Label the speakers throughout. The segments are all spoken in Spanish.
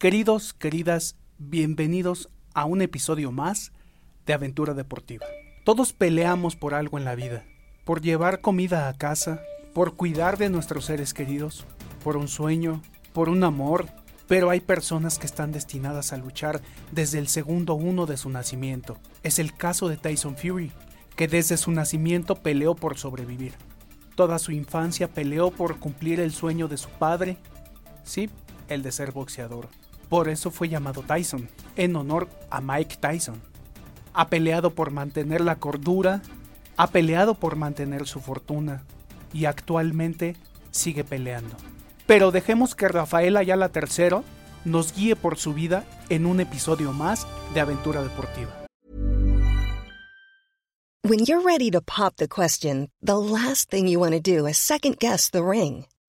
Speaker 1: Queridos, queridas, bienvenidos a un episodio más de Aventura Deportiva. Todos peleamos por algo en la vida, por llevar comida a casa, por cuidar de nuestros seres queridos, por un sueño, por un amor, pero hay personas que están destinadas a luchar desde el segundo uno de su nacimiento. Es el caso de Tyson Fury, que desde su nacimiento peleó por sobrevivir. Toda su infancia peleó por cumplir el sueño de su padre, sí, el de ser boxeador. Por eso fue llamado Tyson, en honor a Mike Tyson. Ha peleado por mantener la cordura, ha peleado por mantener su fortuna y actualmente sigue peleando. Pero dejemos que Rafael Ayala III nos guíe por su vida en un episodio más de Aventura Deportiva.
Speaker 2: When you're ready to pop the question, the last thing you want to do is second guess the ring.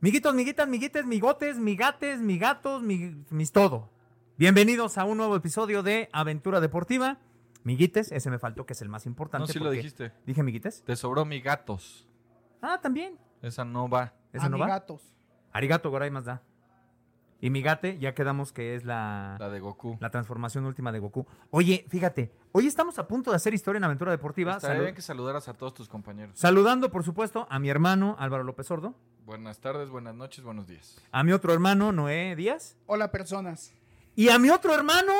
Speaker 3: Miguitos, miguitas, miguites, migotes, migates, migatos, mi- mis todo. Bienvenidos a un nuevo episodio de Aventura Deportiva. Miguites, ese me faltó que es el más importante.
Speaker 4: No, sí lo
Speaker 3: porque-
Speaker 4: dijiste.
Speaker 3: ¿Dije miguites?
Speaker 4: Te sobró mi gatos.
Speaker 3: Ah, también.
Speaker 4: Esa no va.
Speaker 3: ¿Esa
Speaker 1: Ah,
Speaker 3: no va? Arigato, Goray más da. Y migate, ya quedamos que es la,
Speaker 4: La de Goku.
Speaker 3: la transformación última de Goku. Oye, fíjate, hoy estamos a punto de hacer historia en Aventura Deportiva.
Speaker 4: Estaría
Speaker 3: Salud-
Speaker 4: bien que saludaras a todos tus compañeros.
Speaker 3: Saludando, por supuesto, a mi hermano Álvaro López Sordo,
Speaker 4: Buenas tardes, buenas noches, buenos días.
Speaker 3: a mi otro hermano Noé Díaz
Speaker 1: Hola personas.
Speaker 3: y a mi otro hermano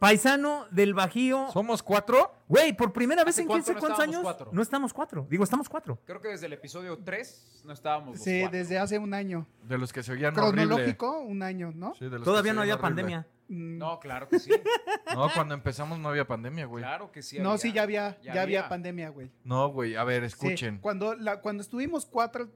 Speaker 3: paisano del Bajío,
Speaker 4: ¿Somos cuatro?
Speaker 3: Güey, por primera vez
Speaker 5: ¿Hace
Speaker 3: en quién sé
Speaker 5: cuánto no
Speaker 3: cuántos
Speaker 5: estábamos
Speaker 3: años
Speaker 5: cuatro?
Speaker 3: no estamos cuatro. Digo, estamos cuatro.
Speaker 5: Creo que desde el episodio 3 no estábamos. los
Speaker 6: Sí,
Speaker 5: cuatro.
Speaker 6: desde hace un año.
Speaker 4: De los que se oían horrible.
Speaker 6: Cronológico, un año, ¿no?
Speaker 4: Sí, de los que
Speaker 3: Todavía
Speaker 4: se
Speaker 3: no
Speaker 4: oían
Speaker 3: había
Speaker 4: horrible.
Speaker 3: pandemia.
Speaker 6: Mm,
Speaker 5: No, claro que sí.
Speaker 4: No, cuando empezamos no había pandemia, güey.
Speaker 5: claro que sí.
Speaker 6: no, sí, ya había,
Speaker 5: ya
Speaker 6: ya, había
Speaker 5: había.
Speaker 6: pandemia, güey.
Speaker 4: No, güey, a ver,
Speaker 6: Sí,
Speaker 4: escuchen.
Speaker 6: cuando, la, cuando estuvimos cuatro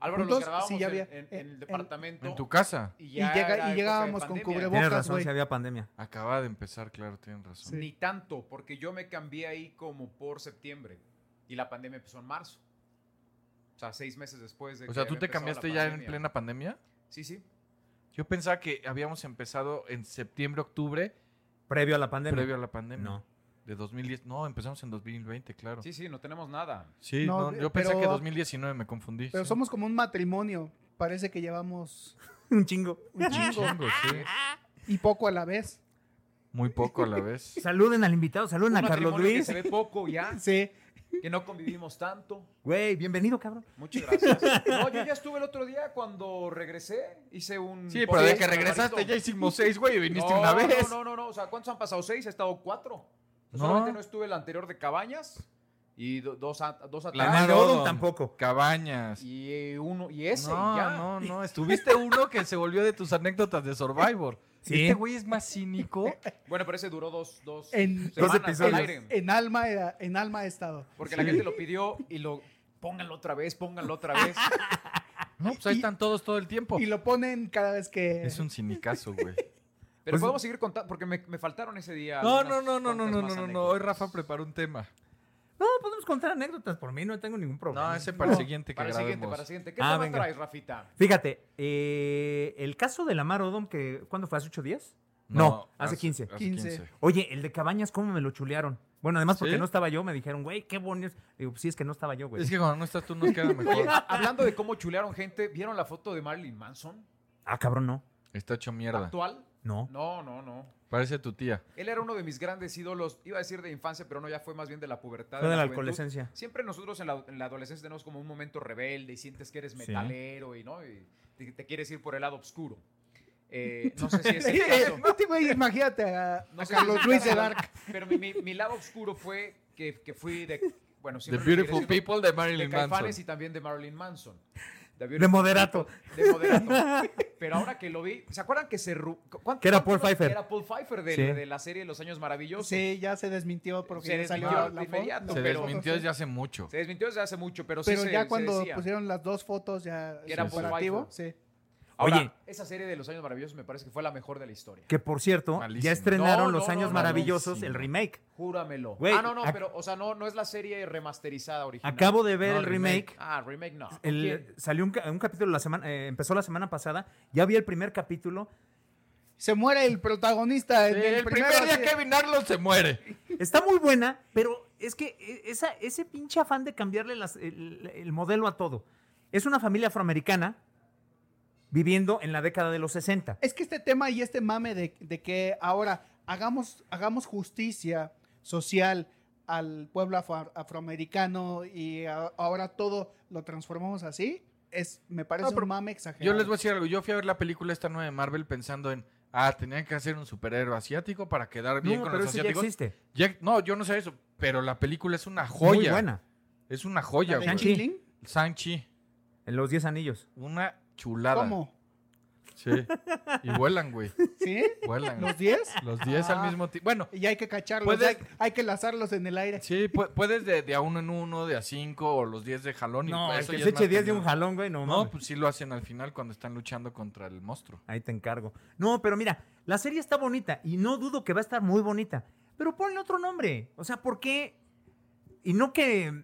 Speaker 5: Álvaro, los
Speaker 6: Juntos,
Speaker 5: grabábamos
Speaker 6: sí, ya
Speaker 5: en-
Speaker 6: había.
Speaker 5: en, en
Speaker 6: En-
Speaker 5: el
Speaker 6: en-
Speaker 5: departamento.
Speaker 4: En tu casa.
Speaker 6: y, llega-
Speaker 5: era época
Speaker 6: y
Speaker 5: de
Speaker 6: llegábamos con
Speaker 5: pandemia.
Speaker 3: Tienes
Speaker 6: cubrebocas,
Speaker 3: razón,
Speaker 6: güey.
Speaker 3: sí había pandemia.
Speaker 4: Acaba de empezar, claro, tienen razón.
Speaker 6: Sí.
Speaker 5: Ni tanto, porque yo me cambié ahí como por septiembre. Y la pandemia empezó en marzo. O sea, seis meses después de
Speaker 4: O sea,
Speaker 5: que
Speaker 4: ¿tú
Speaker 5: había
Speaker 4: te
Speaker 5: empezado la
Speaker 4: cambiaste ya en
Speaker 5: pandemia.
Speaker 4: plena pandemia?
Speaker 5: Sí, sí.
Speaker 4: Yo pensaba que habíamos empezado en septiembre, octubre,
Speaker 3: Previo a la pandemia.
Speaker 4: previo a la pandemia.
Speaker 3: No.
Speaker 4: De 2010. No, empezamos en 2020, claro.
Speaker 5: Sí, sí, no tenemos nada.
Speaker 4: Sí,
Speaker 6: No,
Speaker 4: no, yo pensé
Speaker 6: pero-
Speaker 4: que 2019 me confundí.
Speaker 6: Pero
Speaker 4: sí.
Speaker 6: somos como un matrimonio. Parece que llevamos
Speaker 3: Un chingo.
Speaker 6: un chingo
Speaker 4: Chingo, sí.
Speaker 6: y poco a la vez.
Speaker 4: Muy poco a la vez.
Speaker 3: Saluden al invitado, saluden
Speaker 5: Un
Speaker 3: a Carlos
Speaker 5: matrimonio Que
Speaker 3: Luis.
Speaker 5: se ve poco ya,
Speaker 6: Sí,
Speaker 5: que no convivimos tanto.
Speaker 3: Güey, bienvenido, cabrón.
Speaker 5: Muchas gracias. No, yo ya estuve el otro día cuando regresé, hice un...
Speaker 4: Sí, pero de
Speaker 5: podcast
Speaker 4: que
Speaker 5: con
Speaker 4: regresaste
Speaker 5: Alvarito.
Speaker 4: ya hicimos seis, güey, y viniste
Speaker 5: No,
Speaker 4: una
Speaker 5: no,
Speaker 4: vez.
Speaker 5: No, no, no, no. O sea, ¿cuántos han pasado? ¿Seis? He estado cuatro. O sea,
Speaker 4: No.
Speaker 5: Solamente no estuve el anterior de Cabañas y do- dos, a- dos atrás.
Speaker 4: neta,
Speaker 3: Ah,
Speaker 4: no,
Speaker 3: Odom
Speaker 4: don.
Speaker 3: tampoco.
Speaker 4: Cabañas.
Speaker 5: Y uno, y ese,
Speaker 4: no,
Speaker 5: y ya.
Speaker 4: no, no. Estuviste uno que se volvió de tus anécdotas de Survivor.
Speaker 3: Sí.
Speaker 4: Este güey es más cínico.
Speaker 5: Bueno, pero ese duró dos, dos
Speaker 6: en,
Speaker 5: semanas
Speaker 3: dos episodios.
Speaker 5: al
Speaker 6: en,
Speaker 5: aire.
Speaker 6: en alma, era- en alma he estado.
Speaker 5: Porque la gente lo pidió y lo... Pónganlo otra vez, pónganlo otra vez.
Speaker 4: No, pues ahí
Speaker 6: Y-
Speaker 4: están todos todo el tiempo.
Speaker 6: Y lo ponen cada vez que...
Speaker 4: Es un cinicazo, güey.
Speaker 5: Pero
Speaker 3: Pues-
Speaker 5: podemos seguir contando, porque me, me faltaron ese día.
Speaker 4: No, no,
Speaker 5: algunas
Speaker 4: no, no, no,
Speaker 5: cuantas
Speaker 4: no, no,
Speaker 5: más
Speaker 4: no, no. Hoy
Speaker 5: anécdotas.
Speaker 4: Rafa preparó un tema.
Speaker 3: No, podemos contar anécdotas por mí, no tengo ningún problema.
Speaker 4: No, ese para el siguiente que
Speaker 5: Para el siguiente, para el
Speaker 4: grabemos.
Speaker 5: siguiente. ¿Qué
Speaker 3: Ah,
Speaker 5: tema
Speaker 3: venga.
Speaker 5: traes, Rafita?
Speaker 3: Fíjate, eh, el caso de Lamar Odom, que ¿cuándo fue? ¿Hace ocho días? No, hace 15.
Speaker 4: hace
Speaker 6: 15.
Speaker 3: Oye, el de Cabañas, ¿cómo me lo chulearon? Bueno, además porque
Speaker 4: ¿Sí?
Speaker 3: no estaba yo, me dijeron, güey, qué bonito. Digo, pues sí, es que no estaba yo, güey.
Speaker 4: Es que cuando no estás tú nos queda
Speaker 5: Oye,
Speaker 4: mejor.
Speaker 5: hablando de cómo chulearon gente, ¿vieron la foto de Marilyn Manson?
Speaker 3: Ah, cabrón, no.
Speaker 4: Está hecho mierda.
Speaker 5: ¿Actual?
Speaker 3: No.
Speaker 5: No, no, no.
Speaker 4: Parece tu tía.
Speaker 5: Él era uno de mis grandes ídolos, iba a decir de infancia, pero no, ya fue más bien de la pubertad.
Speaker 3: Fue de la
Speaker 5: juventud.
Speaker 3: adolescencia.
Speaker 5: Siempre nosotros en la, en la adolescencia tenemos como un momento rebelde y sientes que eres
Speaker 3: Sí.
Speaker 5: metalero y no y te, te quieres ir por el lado oscuro. Eh, no sé si es el caso.
Speaker 6: Este güey, imagínate a,
Speaker 5: No
Speaker 6: a
Speaker 5: sé
Speaker 6: Carlos
Speaker 5: si-
Speaker 6: Luis de Dark.
Speaker 5: Pero mi, mi- mi lado oscuro fue que, que fui de. Bueno,
Speaker 4: The
Speaker 5: siempre lo seguiré
Speaker 4: Beautiful
Speaker 5: siendo
Speaker 4: People de
Speaker 5: de
Speaker 4: Marilyn
Speaker 5: Caifanes
Speaker 4: Manson.
Speaker 5: y también de Marilyn Manson. The
Speaker 3: De
Speaker 5: Beautiful
Speaker 3: moderato.
Speaker 5: People, De moderato. Pero ahora que lo vi, ¿se acuerdan que se. ru- cu- cuánto-
Speaker 3: Que era
Speaker 5: cuánto
Speaker 3: Paul
Speaker 5: nos-
Speaker 3: Pfeiffer.
Speaker 5: Era Paul Pfeiffer de,
Speaker 3: Sí.
Speaker 5: de la serie Los Años Maravillosos.
Speaker 6: Sí, ya se desmintió porque
Speaker 5: Se
Speaker 6: ya salió
Speaker 5: desmintió
Speaker 6: la
Speaker 5: de
Speaker 6: foto.
Speaker 5: inmediato,
Speaker 4: Se
Speaker 5: pero-
Speaker 4: desmintió desde hace mucho.
Speaker 5: Se desmintió desde hace mucho, pero sí
Speaker 6: Pero
Speaker 5: se-
Speaker 6: ya
Speaker 5: se
Speaker 6: cuando
Speaker 5: decía.
Speaker 6: pusieron las dos fotos ya
Speaker 5: Que era
Speaker 6: el
Speaker 5: Paul
Speaker 6: comparativo, sí.
Speaker 5: Ahora,
Speaker 3: Oye.
Speaker 5: esa serie de Los Años Maravillosos me parece que fue la mejor de la historia.
Speaker 3: Que por cierto, ya
Speaker 4: Malísimo.
Speaker 3: estrenaron
Speaker 5: No,
Speaker 3: Los
Speaker 5: no,
Speaker 3: Años
Speaker 5: no, no,
Speaker 3: Maravillosos,
Speaker 4: malísimo.
Speaker 3: el remake.
Speaker 5: Júramelo.
Speaker 3: Güey,
Speaker 5: ah, no, no,
Speaker 3: ac-
Speaker 5: pero, o sea, no, no es la serie remasterizada original.
Speaker 3: Acabo de ver
Speaker 4: No,
Speaker 3: el
Speaker 4: remake.
Speaker 3: remake.
Speaker 5: Ah, remake no.
Speaker 3: El-
Speaker 5: Ok.
Speaker 3: salió un, ca- un capítulo la semana, eh, empezó la semana pasada, ya vi el primer capítulo.
Speaker 6: Se muere el protagonista en
Speaker 4: El,
Speaker 6: el,
Speaker 4: primer
Speaker 6: primero,
Speaker 4: día
Speaker 6: así.
Speaker 4: Kevin Arnold se muere.
Speaker 3: Está muy buena, pero es que eh, esa, ese pinche afán de cambiarle las- el, el modelo a todo. Es una familia afroamericana viviendo en la década de los 60.
Speaker 6: Es que este tema y este mame de, de que ahora hagamos, hagamos justicia social al pueblo afro- afroamericano y a- ahora todo lo transformamos así, es, me parece
Speaker 4: No, Ah, pero
Speaker 6: un mame exagerado.
Speaker 4: Yo les voy a decir algo. Yo fui a ver la película esta nueva de Marvel pensando en, ah, tenían que hacer un superhéroe asiático para quedar bien
Speaker 3: No,
Speaker 4: con
Speaker 3: pero
Speaker 4: los
Speaker 3: eso ya
Speaker 4: asiáticos.
Speaker 3: existe.
Speaker 4: Ya- no, yo no sé eso, pero la película es una joya.
Speaker 3: Muy buena.
Speaker 4: Es una joya,
Speaker 6: ¿La de
Speaker 4: güey.
Speaker 3: Shang-Chi.
Speaker 6: Chilling?
Speaker 4: Sanchi,
Speaker 3: En los 10 anillos.
Speaker 4: una chulada.
Speaker 6: ¿Cómo?
Speaker 4: Sí. Y vuelan, güey.
Speaker 6: ¿Sí?
Speaker 4: Vuelan.
Speaker 6: ¿Los 10?
Speaker 4: Los 10 al
Speaker 6: Ah.
Speaker 4: mismo tiempo. Bueno,
Speaker 6: Y hay que cacharlos,
Speaker 4: Puede-
Speaker 6: hay, hay que lazarlos en el aire.
Speaker 4: sí, pu- puedes de, de a uno en uno, de a cinco, o los 10 de jalón. y pues,
Speaker 3: No, el
Speaker 4: eso
Speaker 3: que
Speaker 4: ya
Speaker 3: se
Speaker 4: es
Speaker 3: eche
Speaker 4: más
Speaker 3: 10 de un
Speaker 4: cañón.
Speaker 3: jalón, güey, no,
Speaker 4: No,
Speaker 3: mames.
Speaker 4: pues sí lo hacen al final cuando están luchando contra el monstruo.
Speaker 3: Ahí te encargo. No, pero mira, la serie está bonita y no dudo que va a estar muy bonita. Pero ponle otro nombre. O sea, ¿por qué? Y no que.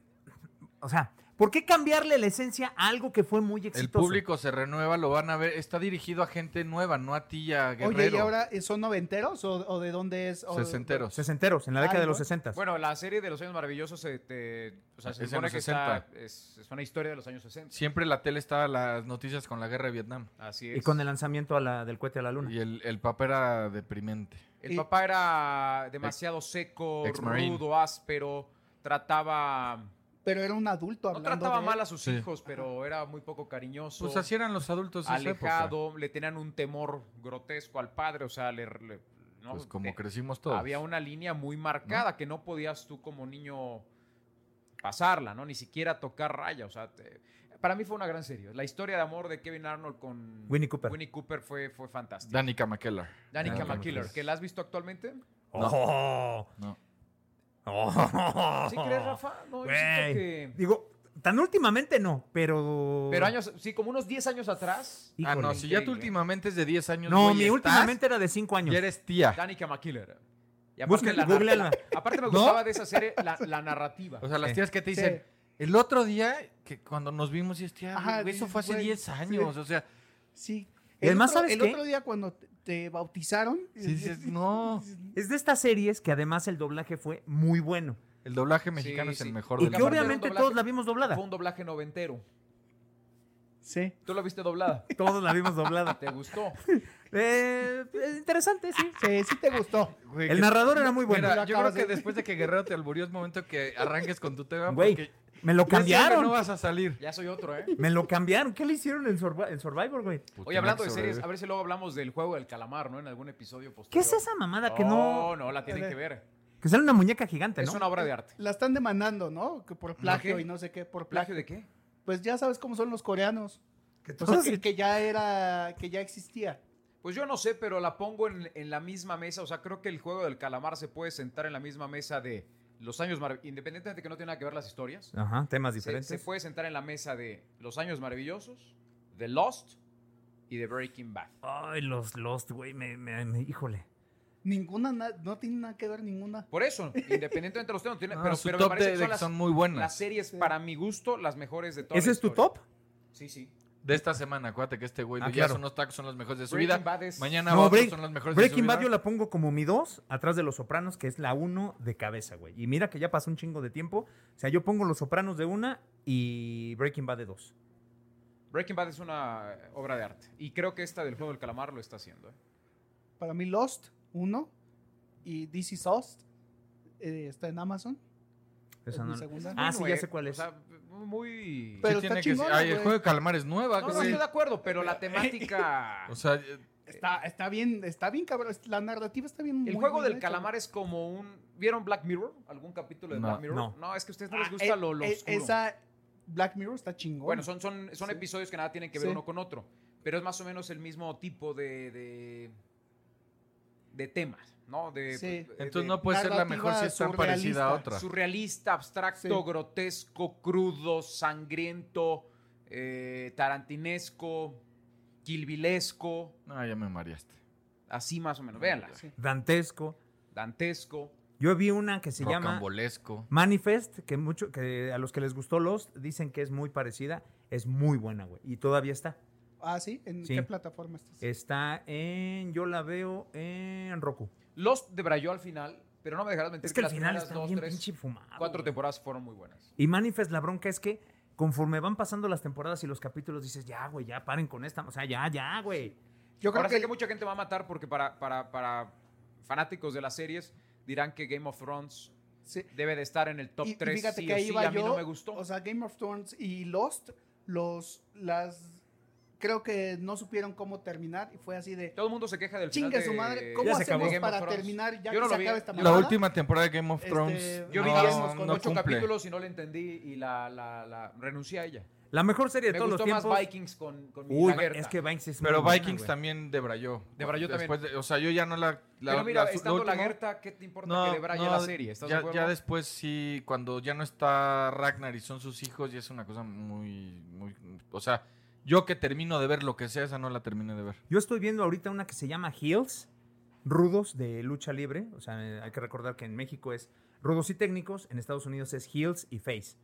Speaker 3: O sea, ¿por qué cambiarle la esencia a algo que fue muy exitoso?
Speaker 4: El público se renueva, lo van a ver. Está dirigido a gente nueva, no a ti y a Guerrero.
Speaker 6: Oye, ¿y ahora eh, son noventeros o, o de dónde es? O-
Speaker 4: Sesenteros.
Speaker 3: Sesenteros, en la década de los
Speaker 6: Algo.
Speaker 3: sesentas.
Speaker 5: Bueno, la serie de los años maravillosos se, te- o sea,
Speaker 4: Es
Speaker 5: se
Speaker 4: en
Speaker 5: supone
Speaker 4: los
Speaker 5: que está, es, es una historia de los años 60.
Speaker 4: Siempre la tele estaba las noticias con la guerra de Vietnam.
Speaker 5: Así es.
Speaker 3: y con el lanzamiento a la- del cohete a la luna.
Speaker 4: Y el, el papá era deprimente.
Speaker 5: El
Speaker 6: Y-
Speaker 5: papá era demasiado seco,
Speaker 4: Ex-marine.
Speaker 5: rudo, áspero, trataba...
Speaker 6: Pero era un adulto
Speaker 5: No
Speaker 6: hablando
Speaker 5: trataba
Speaker 6: de-
Speaker 5: mal a sus
Speaker 4: Sí.
Speaker 5: hijos, pero era muy poco cariñoso.
Speaker 4: Pues así eran los adultos de esa época.
Speaker 5: alejado, le tenían un temor grotesco al padre, o sea, le... le- no,
Speaker 4: Pues como
Speaker 3: Eh,
Speaker 5: te-
Speaker 4: crecimos todos.
Speaker 5: Había una línea muy marcada que no podías tú como niño pasarla, ¿no? Ni siquiera tocar raya. O sea, te- para mí fue una gran serie. La historia de amor de Kevin Arnold con
Speaker 3: Winnie Cooper.
Speaker 5: Winnie Cooper fue, fue fantástica.
Speaker 4: Danica McKellar.
Speaker 5: Danica
Speaker 3: Danica
Speaker 5: McKiller,
Speaker 3: McKellar.
Speaker 5: ¿que la has visto actualmente?
Speaker 3: ¡Oh!
Speaker 4: No.
Speaker 3: ¡Oh!
Speaker 5: ¿Sí crees, Rafa? No, yo
Speaker 3: Güey.
Speaker 5: siento que...
Speaker 3: Digo, tan últimamente no, pero.
Speaker 5: Pero años, sí, como unos 10 años atrás,
Speaker 4: Ah,
Speaker 3: Híjole.
Speaker 4: no, si ya tú
Speaker 5: Increíble.
Speaker 4: últimamente es de 10 años.
Speaker 3: No,
Speaker 4: güey,
Speaker 3: mi
Speaker 4: estás-
Speaker 3: últimamente era de 5 años.
Speaker 4: Ya eres tía.
Speaker 5: Danica McKiller. Y
Speaker 3: Busquen-
Speaker 5: la-
Speaker 3: googleala.
Speaker 5: aparte me gustaba de esa serie la, la narrativa.
Speaker 4: O sea, las
Speaker 3: Sí.
Speaker 4: tías que te
Speaker 6: Sí.
Speaker 4: dicen, el otro día, que cuando nos vimos, y es tía,
Speaker 6: Ajá,
Speaker 4: güey, eso
Speaker 6: dices,
Speaker 4: fue hace
Speaker 6: güey,
Speaker 4: 10
Speaker 6: sí.
Speaker 4: años. O sea,
Speaker 6: Sí.
Speaker 3: Y además,
Speaker 6: otro,
Speaker 3: ¿sabes
Speaker 6: el
Speaker 3: qué?
Speaker 6: otro día cuando te- te bautizaron, eh,
Speaker 4: si dices, no,
Speaker 3: Es de estas series que además el doblaje fue muy bueno.
Speaker 4: el doblaje mexicano
Speaker 5: Sí,
Speaker 4: es el
Speaker 5: sí.
Speaker 4: mejor
Speaker 3: Y
Speaker 4: del
Speaker 5: Porque
Speaker 3: que
Speaker 4: mundo.
Speaker 5: aparte era un
Speaker 3: obviamente
Speaker 5: doblaje-
Speaker 3: todos la vimos doblada.
Speaker 5: Fue un doblaje noventero.
Speaker 6: sí.
Speaker 5: ¿Tú la viste doblada?
Speaker 3: Todos la vimos doblada.
Speaker 5: ¿Te gustó?
Speaker 3: Eh, es interesante, sí.
Speaker 6: Sí, sí te gustó.
Speaker 4: Güey,
Speaker 3: El
Speaker 4: que-
Speaker 3: narrador era muy bueno. Ah,
Speaker 4: Mira,
Speaker 6: Lo
Speaker 4: yo creo
Speaker 6: acabas
Speaker 4: que
Speaker 6: de-
Speaker 4: después de que Guerrero te alburió es momento que arranques con tu tema.
Speaker 3: Güey,
Speaker 4: porque
Speaker 3: me lo
Speaker 4: ya siempre No
Speaker 3: cambiaron.
Speaker 4: vas a salir.
Speaker 5: Ya soy otro, ¿eh?
Speaker 3: Me lo cambiaron. ¿Qué le hicieron en, Survi- en Survivor, güey?
Speaker 5: Oye, hablando de series, a ver si luego hablamos del juego del calamar, ¿no? En algún episodio posterior.
Speaker 3: ¿Qué es esa mamada que no.
Speaker 5: No, no, la tienen que ver.
Speaker 3: Que sale una muñeca gigante,
Speaker 5: Es
Speaker 3: ¿no?
Speaker 5: una obra de arte.
Speaker 6: La están demandando, ¿no? Que por plagio
Speaker 5: qué?
Speaker 6: y no sé qué, por plagio.
Speaker 5: ¿Plagio de qué?
Speaker 6: Pues ya sabes cómo son los coreanos. O sea,
Speaker 3: todos-
Speaker 6: que, que ya era, que ya existía.
Speaker 5: Pues yo no sé, pero la pongo en, en la misma mesa. O sea, creo que el juego del calamar se puede sentar en la misma mesa de los años maravillosos. Independientemente de que no tenga que ver las historias,
Speaker 3: Ajá, temas
Speaker 5: se,
Speaker 3: Ah, diferentes.
Speaker 5: se puede sentar en la mesa de los años maravillosos, de Lost y de Breaking Bad.
Speaker 3: Ay, los Lost, güey. Me, me- me- híjole.
Speaker 6: Ninguna, na- no tiene nada que ver ninguna.
Speaker 5: Por eso, independientemente de los temas, tiene-
Speaker 4: No,
Speaker 5: pero,
Speaker 4: Ah, su
Speaker 5: pero me
Speaker 4: top
Speaker 5: parece
Speaker 4: de, de
Speaker 5: que son
Speaker 4: que
Speaker 5: las,
Speaker 4: son muy
Speaker 5: las
Speaker 4: buenas.
Speaker 5: series, para mi gusto, las mejores de todas.
Speaker 3: ¿Ese es tu top?
Speaker 5: Sí, sí.
Speaker 4: De esta semana, acuérdate que este güey
Speaker 3: Ah,
Speaker 4: ya
Speaker 3: claro.
Speaker 4: son los tacos, son los mejores de su
Speaker 5: Breaking
Speaker 4: vida.
Speaker 5: Bad es-
Speaker 4: Mañana
Speaker 3: No,
Speaker 4: otros
Speaker 3: Break-
Speaker 4: son los mejores de su
Speaker 3: Breaking Bad yo
Speaker 4: vida.
Speaker 3: la pongo como mi 2, atrás de Los Sopranos, que es la 1 de cabeza, güey. Y mira que ya pasó un chingo de tiempo. O sea, yo pongo Los Sopranos de una y Breaking Bad de dos.
Speaker 5: Breaking Bad es una eh, obra de arte. Y creo que esta del juego del calamar lo está haciendo. ¿eh?
Speaker 6: Para mí Lost, uno. Y This is Lost, eh, está en Amazon. Es
Speaker 3: Esa
Speaker 6: mi
Speaker 3: no-
Speaker 6: segunda.
Speaker 3: Ah, sí,
Speaker 5: Bueno,
Speaker 3: ya
Speaker 5: eh,
Speaker 3: sé cuál
Speaker 5: o
Speaker 3: es.
Speaker 5: sea, muy.
Speaker 6: Pero
Speaker 4: Sí
Speaker 6: está
Speaker 4: tiene que ser-
Speaker 6: chingona,
Speaker 4: ay, el
Speaker 6: güey.
Speaker 4: juego de calmar es nueva,
Speaker 5: no, no,
Speaker 4: güey.
Speaker 5: estoy de acuerdo, pero la temática.
Speaker 4: O sea, eh,
Speaker 6: Está, está bien, está bien cabrón. La narrativa está bien.
Speaker 5: El
Speaker 6: muy
Speaker 5: juego
Speaker 6: bien
Speaker 5: del
Speaker 6: hecha.
Speaker 5: calamar es como un. ¿Vieron Black Mirror? ¿Algún capítulo de
Speaker 4: No,
Speaker 5: Black Mirror?
Speaker 3: no.
Speaker 5: es que a ustedes no
Speaker 6: Ah,
Speaker 5: les gusta
Speaker 6: eh,
Speaker 5: lo, lo
Speaker 6: eh,
Speaker 5: oscuro.
Speaker 6: Esa Black Mirror está chingón.
Speaker 5: Bueno, son, son, son
Speaker 6: Sí.
Speaker 5: episodios que nada tienen que ver
Speaker 6: Sí.
Speaker 5: uno con otro. Pero es más o menos el mismo tipo de. de, de temas, ¿no? De,
Speaker 6: Sí.
Speaker 5: de-
Speaker 4: Entonces
Speaker 5: de
Speaker 4: no puede ser la
Speaker 6: narrativa
Speaker 4: mejor si es tan parecida a
Speaker 6: surrealista.
Speaker 4: otra.
Speaker 5: surrealista, abstracto,
Speaker 6: Sí.
Speaker 5: grotesco, crudo, sangriento, eh, tarantinesco, kilvilesco,
Speaker 4: No, Ah, ya me mareaste.
Speaker 5: así más o menos. Véanla.
Speaker 6: Sí.
Speaker 3: Dantesco.
Speaker 5: Dantesco.
Speaker 3: Yo vi una que se llama
Speaker 4: Rocambolesco.
Speaker 3: Manifest, que, mucho, que a los que les gustó Lost dicen que es muy parecida. Es muy buena, güey. Y todavía está.
Speaker 6: Ah, sí. ¿En
Speaker 3: Sí.
Speaker 6: qué plataforma estás?
Speaker 5: Eh,
Speaker 3: Está en. Yo la veo en Roku.
Speaker 5: Lost debrayó al final, pero no me dejarás mentir.
Speaker 3: Es que al
Speaker 5: las
Speaker 3: final
Speaker 5: primeras
Speaker 3: está
Speaker 5: dos,
Speaker 3: bien
Speaker 5: tres,
Speaker 3: pinche fumado.
Speaker 5: Cuatro
Speaker 3: güey.
Speaker 5: temporadas fueron muy buenas.
Speaker 3: Y Manifest, la bronca es que conforme van pasando las temporadas y los capítulos, dices, ya, güey, ya paren con esta. O sea, ya, ya, güey.
Speaker 6: Yo creo
Speaker 5: Ahora sé
Speaker 6: que,
Speaker 5: que mucha gente va a matar porque para, para, para fanáticos de las series dirán que Game of Thrones
Speaker 6: sí.
Speaker 5: debe de estar en el top
Speaker 6: Y- y
Speaker 5: 3.
Speaker 6: fíjate
Speaker 5: sí
Speaker 6: que
Speaker 5: o
Speaker 6: ahí
Speaker 5: sí,
Speaker 6: va
Speaker 5: a mí
Speaker 6: yo.
Speaker 5: no me gustó.
Speaker 6: O sea, Game of Thrones y Lost, los, las, creo que no supieron cómo terminar y fue así de
Speaker 5: Todo el mundo se queja del final
Speaker 6: chinga
Speaker 5: de-
Speaker 6: su madre.
Speaker 5: de
Speaker 6: ¿Cómo
Speaker 3: Ya se
Speaker 6: hacemos
Speaker 3: acabó.
Speaker 5: Game of
Speaker 6: para
Speaker 5: Thrones.
Speaker 6: terminar ya
Speaker 5: Yo
Speaker 6: que
Speaker 5: no
Speaker 6: se
Speaker 5: lo vi.
Speaker 6: acabe esta
Speaker 4: La
Speaker 6: mamada?
Speaker 4: última temporada de Game of
Speaker 6: Este,
Speaker 4: Thrones.
Speaker 5: Yo vi
Speaker 4: no,
Speaker 5: diez con
Speaker 4: no
Speaker 5: ocho
Speaker 4: cumple.
Speaker 5: capítulos y no le entendí y la, la, la renuncié a ella.
Speaker 3: La mejor serie de
Speaker 5: Me
Speaker 3: todos
Speaker 5: gustó
Speaker 3: los
Speaker 5: más
Speaker 3: tiempos.
Speaker 5: Vikings con, con
Speaker 3: Uy,
Speaker 5: Miguel
Speaker 3: es que Vikings es
Speaker 4: Pero
Speaker 3: muy buena,
Speaker 4: Vikings
Speaker 3: güey.
Speaker 4: también debrayó.
Speaker 5: Debrayó también.
Speaker 4: Después de- o sea, yo ya no la. la
Speaker 5: Pero mira,
Speaker 4: la- la
Speaker 5: estando la
Speaker 4: última-
Speaker 5: Gerta, ¿qué te importa que le braille
Speaker 4: no,
Speaker 5: la serie? ¿Estás de
Speaker 4: ya,
Speaker 5: acuerdo?
Speaker 4: ya después sí, cuando ya no está Ragnar y son sus hijos, y es una cosa muy, muy. O sea, yo que termino de ver lo que sea, esa no la terminé de ver.
Speaker 3: Yo estoy viendo ahorita una que se llama Heels, rudos de lucha libre. O sea, eh, hay que recordar que en México es rudos y técnicos, en Estados Unidos es Heels y Face.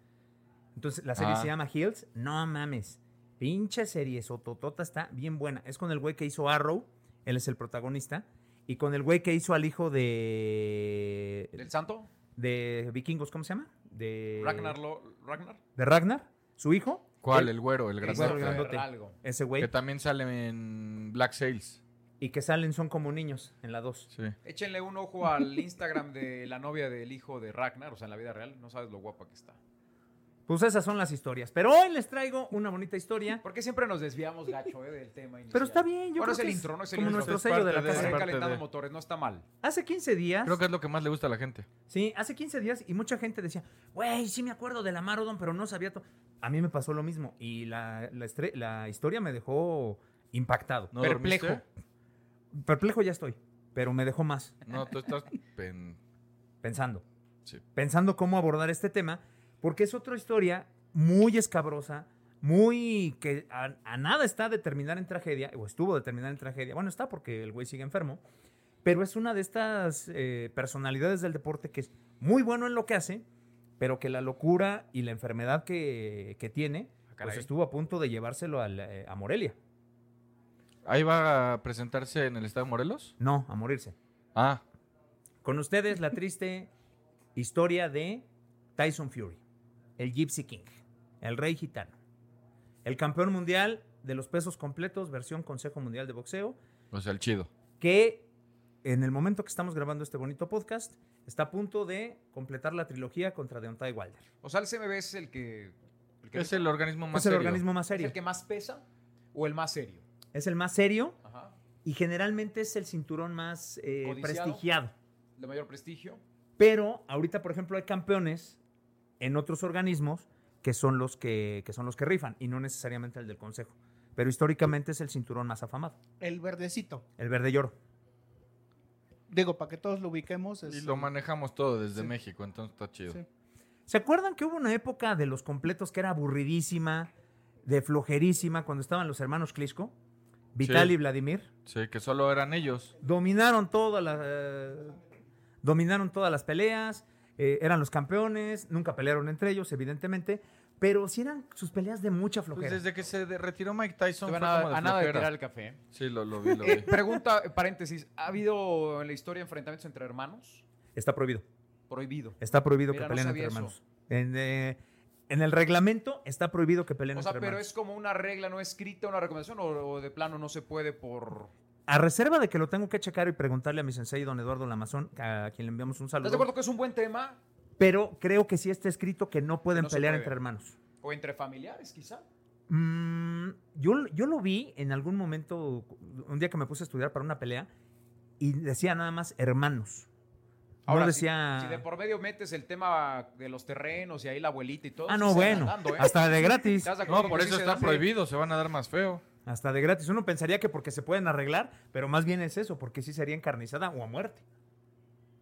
Speaker 3: Entonces, la serie
Speaker 4: Ah.
Speaker 3: se llama Heels, no mames. Pinche serie, Sototota está bien buena. Es con el güey que hizo Arrow, él es el protagonista. Y con el güey que hizo al hijo de.
Speaker 5: ¿Del santo?
Speaker 3: de vikingos, ¿cómo se llama? De.
Speaker 5: ¿Ragnar? Lo, ¿Ragnar? Este,
Speaker 3: De Ragnar, su hijo.
Speaker 4: ¿Cuál?
Speaker 5: ¿Eh?
Speaker 3: Él-
Speaker 4: El güero, el
Speaker 3: güero,
Speaker 4: grandote.
Speaker 3: grandote.
Speaker 5: Algo.
Speaker 3: Ese
Speaker 4: Que
Speaker 3: güey.
Speaker 4: también sale en Black Sails.
Speaker 3: Y que salen, son como niños en la 2.
Speaker 4: Sí.
Speaker 5: Échenle un ojo al Instagram de la novia del hijo de Ragnar, o sea, en la vida real, no sabes lo guapa que está.
Speaker 3: Pues esas son las historias. Pero hoy les traigo una bonita historia.
Speaker 5: Porque siempre nos desviamos, gacho, eh, del tema inicial.
Speaker 3: Pero está bien, yo
Speaker 5: Bueno,
Speaker 3: creo
Speaker 5: es el
Speaker 3: que
Speaker 5: intro, ¿no? Es el
Speaker 3: como
Speaker 5: intro.
Speaker 3: nuestro
Speaker 4: Es
Speaker 3: sello de la
Speaker 4: parte de-
Speaker 5: Para ir
Speaker 3: casa.
Speaker 4: parte
Speaker 5: calentando
Speaker 4: de-
Speaker 5: motores, no está mal.
Speaker 3: Hace 15 días.
Speaker 4: Creo que es lo que más le gusta a la gente.
Speaker 3: Sí, hace 15 días y mucha gente decía, güey, sí me acuerdo de la Marodon, pero no sabía todo. A mí me pasó lo mismo y la, la estre- la historia me dejó impactado.
Speaker 4: ¿No
Speaker 5: Perplejo.
Speaker 4: dormiste?
Speaker 3: Perplejo ya estoy, pero me dejó más
Speaker 4: No, tú estás. pen-
Speaker 3: pensando.
Speaker 4: Sí.
Speaker 3: Pensando cómo abordar este tema, porque es otra historia muy escabrosa, muy que a, a nada está de terminar en tragedia, o estuvo de terminar en tragedia. Bueno, está porque el güey sigue enfermo, pero es una de estas eh, personalidades del deporte que es muy bueno en lo que hace, pero que la locura y la enfermedad que, que tiene, pues
Speaker 5: caray.
Speaker 3: estuvo a punto de llevárselo al, eh, a Morelia.
Speaker 4: Ahí va a presentarse en el estado de Morelos.
Speaker 3: No, a morirse.
Speaker 4: Ah,
Speaker 3: Con ustedes la triste historia de Tyson Fury, el Gypsy King, el rey gitano, el campeón mundial de los pesos completos, versión Consejo Mundial de Boxeo,
Speaker 4: o sea, el chido.
Speaker 3: que en el momento que estamos grabando este bonito podcast está a punto de completar la trilogía contra Deontay Wilder.
Speaker 5: O sea, el CMB es el que. el que-
Speaker 4: Es el organismo más
Speaker 3: es el
Speaker 4: serio.
Speaker 3: organismo más
Speaker 5: ¿es el
Speaker 3: serio,
Speaker 5: que más pesa o el más serio?
Speaker 3: es el más serio
Speaker 5: Ajá.
Speaker 3: y generalmente es el cinturón más eh,
Speaker 5: Codiciado.
Speaker 3: prestigiado.
Speaker 5: De mayor prestigio.
Speaker 3: Pero ahorita, por ejemplo, hay campeones en otros organismos que son los que, que son los que rifan y no necesariamente el del consejo. Pero históricamente es el cinturón más afamado,
Speaker 6: El verdecito.
Speaker 3: el verde y oro.
Speaker 6: Digo, para que todos lo ubiquemos. Es,
Speaker 4: Y lo manejamos todo desde
Speaker 6: Sí.
Speaker 4: México, entonces está chido.
Speaker 6: Sí.
Speaker 3: ¿Se acuerdan que hubo una época de los completos que era aburridísima, de flojerísima, cuando estaban los hermanos Klitschko, Vital
Speaker 4: Sí.
Speaker 3: y Vladimir?
Speaker 4: Sí, que solo eran ellos.
Speaker 3: Dominaron todas las, eh, dominaron todas las peleas, eh, eran los campeones, nunca pelearon entre ellos, evidentemente, pero sí eran sus peleas de mucha flojera.
Speaker 4: Pues desde que se de- retiró Mike Tyson, fue
Speaker 5: Estuve a, nada-
Speaker 4: como de
Speaker 5: a nada de
Speaker 4: flojera.
Speaker 5: tirar el café. ¿eh?
Speaker 4: Sí, lo, lo vi, lo
Speaker 5: Eh,
Speaker 4: vi.
Speaker 5: pregunta, eh, paréntesis. ¿Ha habido en la historia enfrentamientos entre hermanos?
Speaker 3: Está prohibido.
Speaker 5: Prohibido.
Speaker 3: Está prohibido
Speaker 5: Mira,
Speaker 3: que
Speaker 5: no
Speaker 3: peleen entre
Speaker 5: sabía eso.
Speaker 3: hermanos. En, eh, en el reglamento está prohibido que peleen
Speaker 5: O sea,
Speaker 3: entre
Speaker 5: pero
Speaker 3: hermanos.
Speaker 5: es como una regla no escrita, una recomendación, o, o de plano no se puede por.
Speaker 3: A reserva de que lo tengo que checar y preguntarle a mi sensei, don Eduardo Lamazón, a quien le enviamos un
Speaker 5: ¿Estás de acuerdo
Speaker 3: saludo.
Speaker 5: que es un buen tema?
Speaker 3: Pero creo que sí está escrito que no pueden
Speaker 5: no se
Speaker 3: pelear
Speaker 5: puede.
Speaker 3: entre hermanos.
Speaker 5: O entre familiares, quizá.
Speaker 3: Mm, yo, yo lo vi en algún momento, un día que me puse a estudiar para una pelea, y decía nada más hermanos. Ahora
Speaker 5: Ahora, si-
Speaker 3: decía.
Speaker 5: Si de por medio metes el tema de los terrenos y ahí la abuelita y todo.
Speaker 3: ah,
Speaker 5: sí
Speaker 3: no,
Speaker 5: se
Speaker 3: bueno.
Speaker 5: andan dando, ¿eh?
Speaker 3: Hasta de gratis.
Speaker 5: ¿Estás de acuerdo
Speaker 4: No,
Speaker 5: que
Speaker 4: por
Speaker 5: sí
Speaker 4: eso
Speaker 5: se
Speaker 4: está
Speaker 5: dan?
Speaker 4: prohibido, se van a dar más feo.
Speaker 3: Hasta de gratis. Uno pensaría que porque se pueden arreglar, pero más bien es eso, porque sí sería encarnizada o a muerte.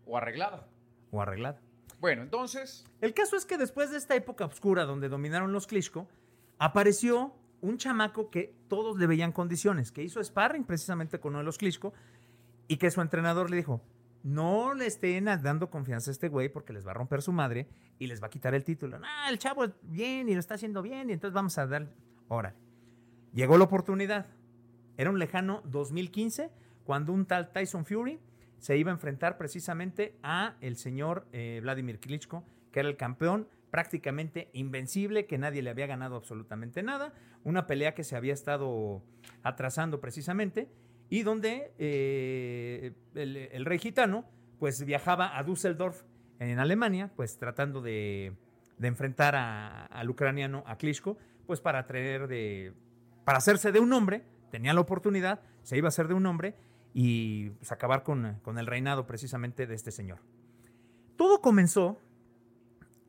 Speaker 5: O arreglada.
Speaker 3: O arreglada.
Speaker 5: Bueno, entonces,
Speaker 3: El caso es que después de esta época oscura donde dominaron los Klitschko, apareció un chamaco que todos le veían condiciones, que hizo sparring precisamente con uno de los Klitschko y que su entrenador le dijo, no le estén dando confianza a este güey porque les va a romper su madre y les va a quitar el título. Ah, el chavo bien y lo está haciendo bien y entonces vamos a dar... Órale. Llegó la oportunidad. Era un lejano 2015 cuando un tal Tyson Fury se iba a enfrentar precisamente a el señor eh, Vladimir Klitschko, que era el campeón prácticamente invencible, que nadie le había ganado absolutamente nada, una pelea que se había estado atrasando precisamente, y donde eh, el, el rey gitano pues viajaba a Düsseldorf en Alemania, pues tratando de, de enfrentar a- al ucraniano, a Klitschko, pues para traer de, para hacerse de un hombre, tenía la oportunidad, se iba a hacer de un hombre y pues, acabar con, con el reinado precisamente de este señor. Todo comenzó,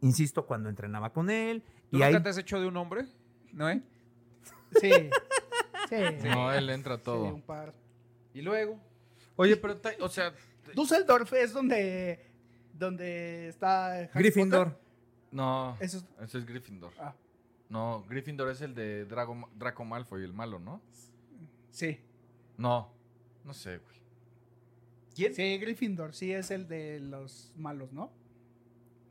Speaker 3: insisto, cuando entrenaba con él.
Speaker 5: ¿tú
Speaker 3: y
Speaker 5: nunca
Speaker 3: ahí,
Speaker 5: te has hecho de un hombre? ¿No, eh?
Speaker 6: Sí. Sí. sí,
Speaker 4: No, él entra
Speaker 6: un
Speaker 4: todo.
Speaker 6: par.
Speaker 5: Y luego,
Speaker 4: Oye, pero, Ty- o sea,
Speaker 6: Düsseldorf es donde, donde está Harry
Speaker 3: Gryffindor.
Speaker 4: no,
Speaker 6: Potter. Eso es-
Speaker 4: ese es Gryffindor.
Speaker 6: Ah.
Speaker 4: No, Gryffindor es el de Drago- Draco Malfoy, el malo, ¿no?
Speaker 6: sí.
Speaker 4: No, no sé, güey.
Speaker 5: ¿quién?
Speaker 6: Sí, Gryffindor, sí es el de los malos, ¿no?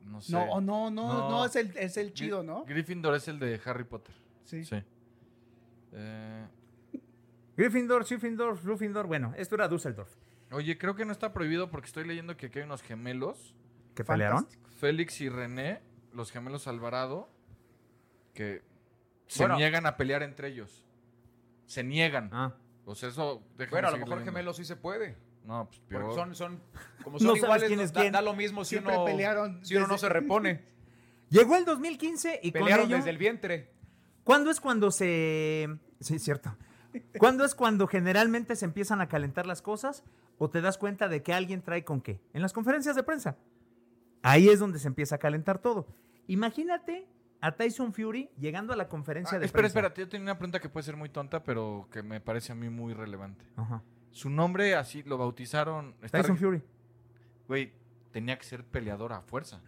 Speaker 4: No sé.
Speaker 6: No, o no, no,
Speaker 4: No.
Speaker 6: no, es el es el chido, ¿no?
Speaker 4: Gryffindor es el de Harry Potter.
Speaker 6: Sí.
Speaker 4: Sí. Eh,
Speaker 3: Gryffindor, Schiffindor, Ruffindor, bueno, esto era Düsseldorf.
Speaker 4: oye, creo que no está prohibido porque estoy leyendo que aquí hay unos gemelos.
Speaker 3: ¿Que pelearon?
Speaker 4: Félix y René, los gemelos Alvarado, que se
Speaker 5: Bueno.
Speaker 4: niegan a pelear entre ellos. Se niegan.
Speaker 3: Ah.
Speaker 4: O sea, eso... déjame
Speaker 5: bueno, a lo
Speaker 4: seguir
Speaker 5: mejor
Speaker 4: leyendo.
Speaker 5: gemelos sí se puede.
Speaker 4: No, pues peor.
Speaker 5: Porque son, son, como
Speaker 3: No
Speaker 5: son
Speaker 3: sabes
Speaker 5: iguales,
Speaker 3: quién
Speaker 5: no-
Speaker 3: es
Speaker 5: da,
Speaker 3: quién.
Speaker 5: da lo mismo si
Speaker 6: Siempre
Speaker 5: uno,
Speaker 6: pelearon
Speaker 5: si uno no
Speaker 6: desde-
Speaker 5: se repone.
Speaker 3: Llegó el 2015 y con
Speaker 5: Pelearon
Speaker 3: ello-
Speaker 5: desde el vientre.
Speaker 3: ¿Cuándo es cuando se... Sí, es cierto. ¿Cuándo es cuando generalmente se empiezan a calentar las cosas o te das cuenta de que alguien trae con qué? En las conferencias de prensa. Ahí es donde se empieza a calentar todo. Imagínate a Tyson Fury llegando a la conferencia
Speaker 4: Ah,
Speaker 3: de
Speaker 4: espera,
Speaker 3: prensa.
Speaker 4: espérate, yo tenía una pregunta que puede ser muy tonta, pero que me parece a mí muy relevante.
Speaker 3: Ajá.
Speaker 4: Su nombre así lo bautizaron. está
Speaker 3: Tyson
Speaker 4: reg-
Speaker 3: Fury.
Speaker 4: Güey, tenía que ser peleador a fuerza.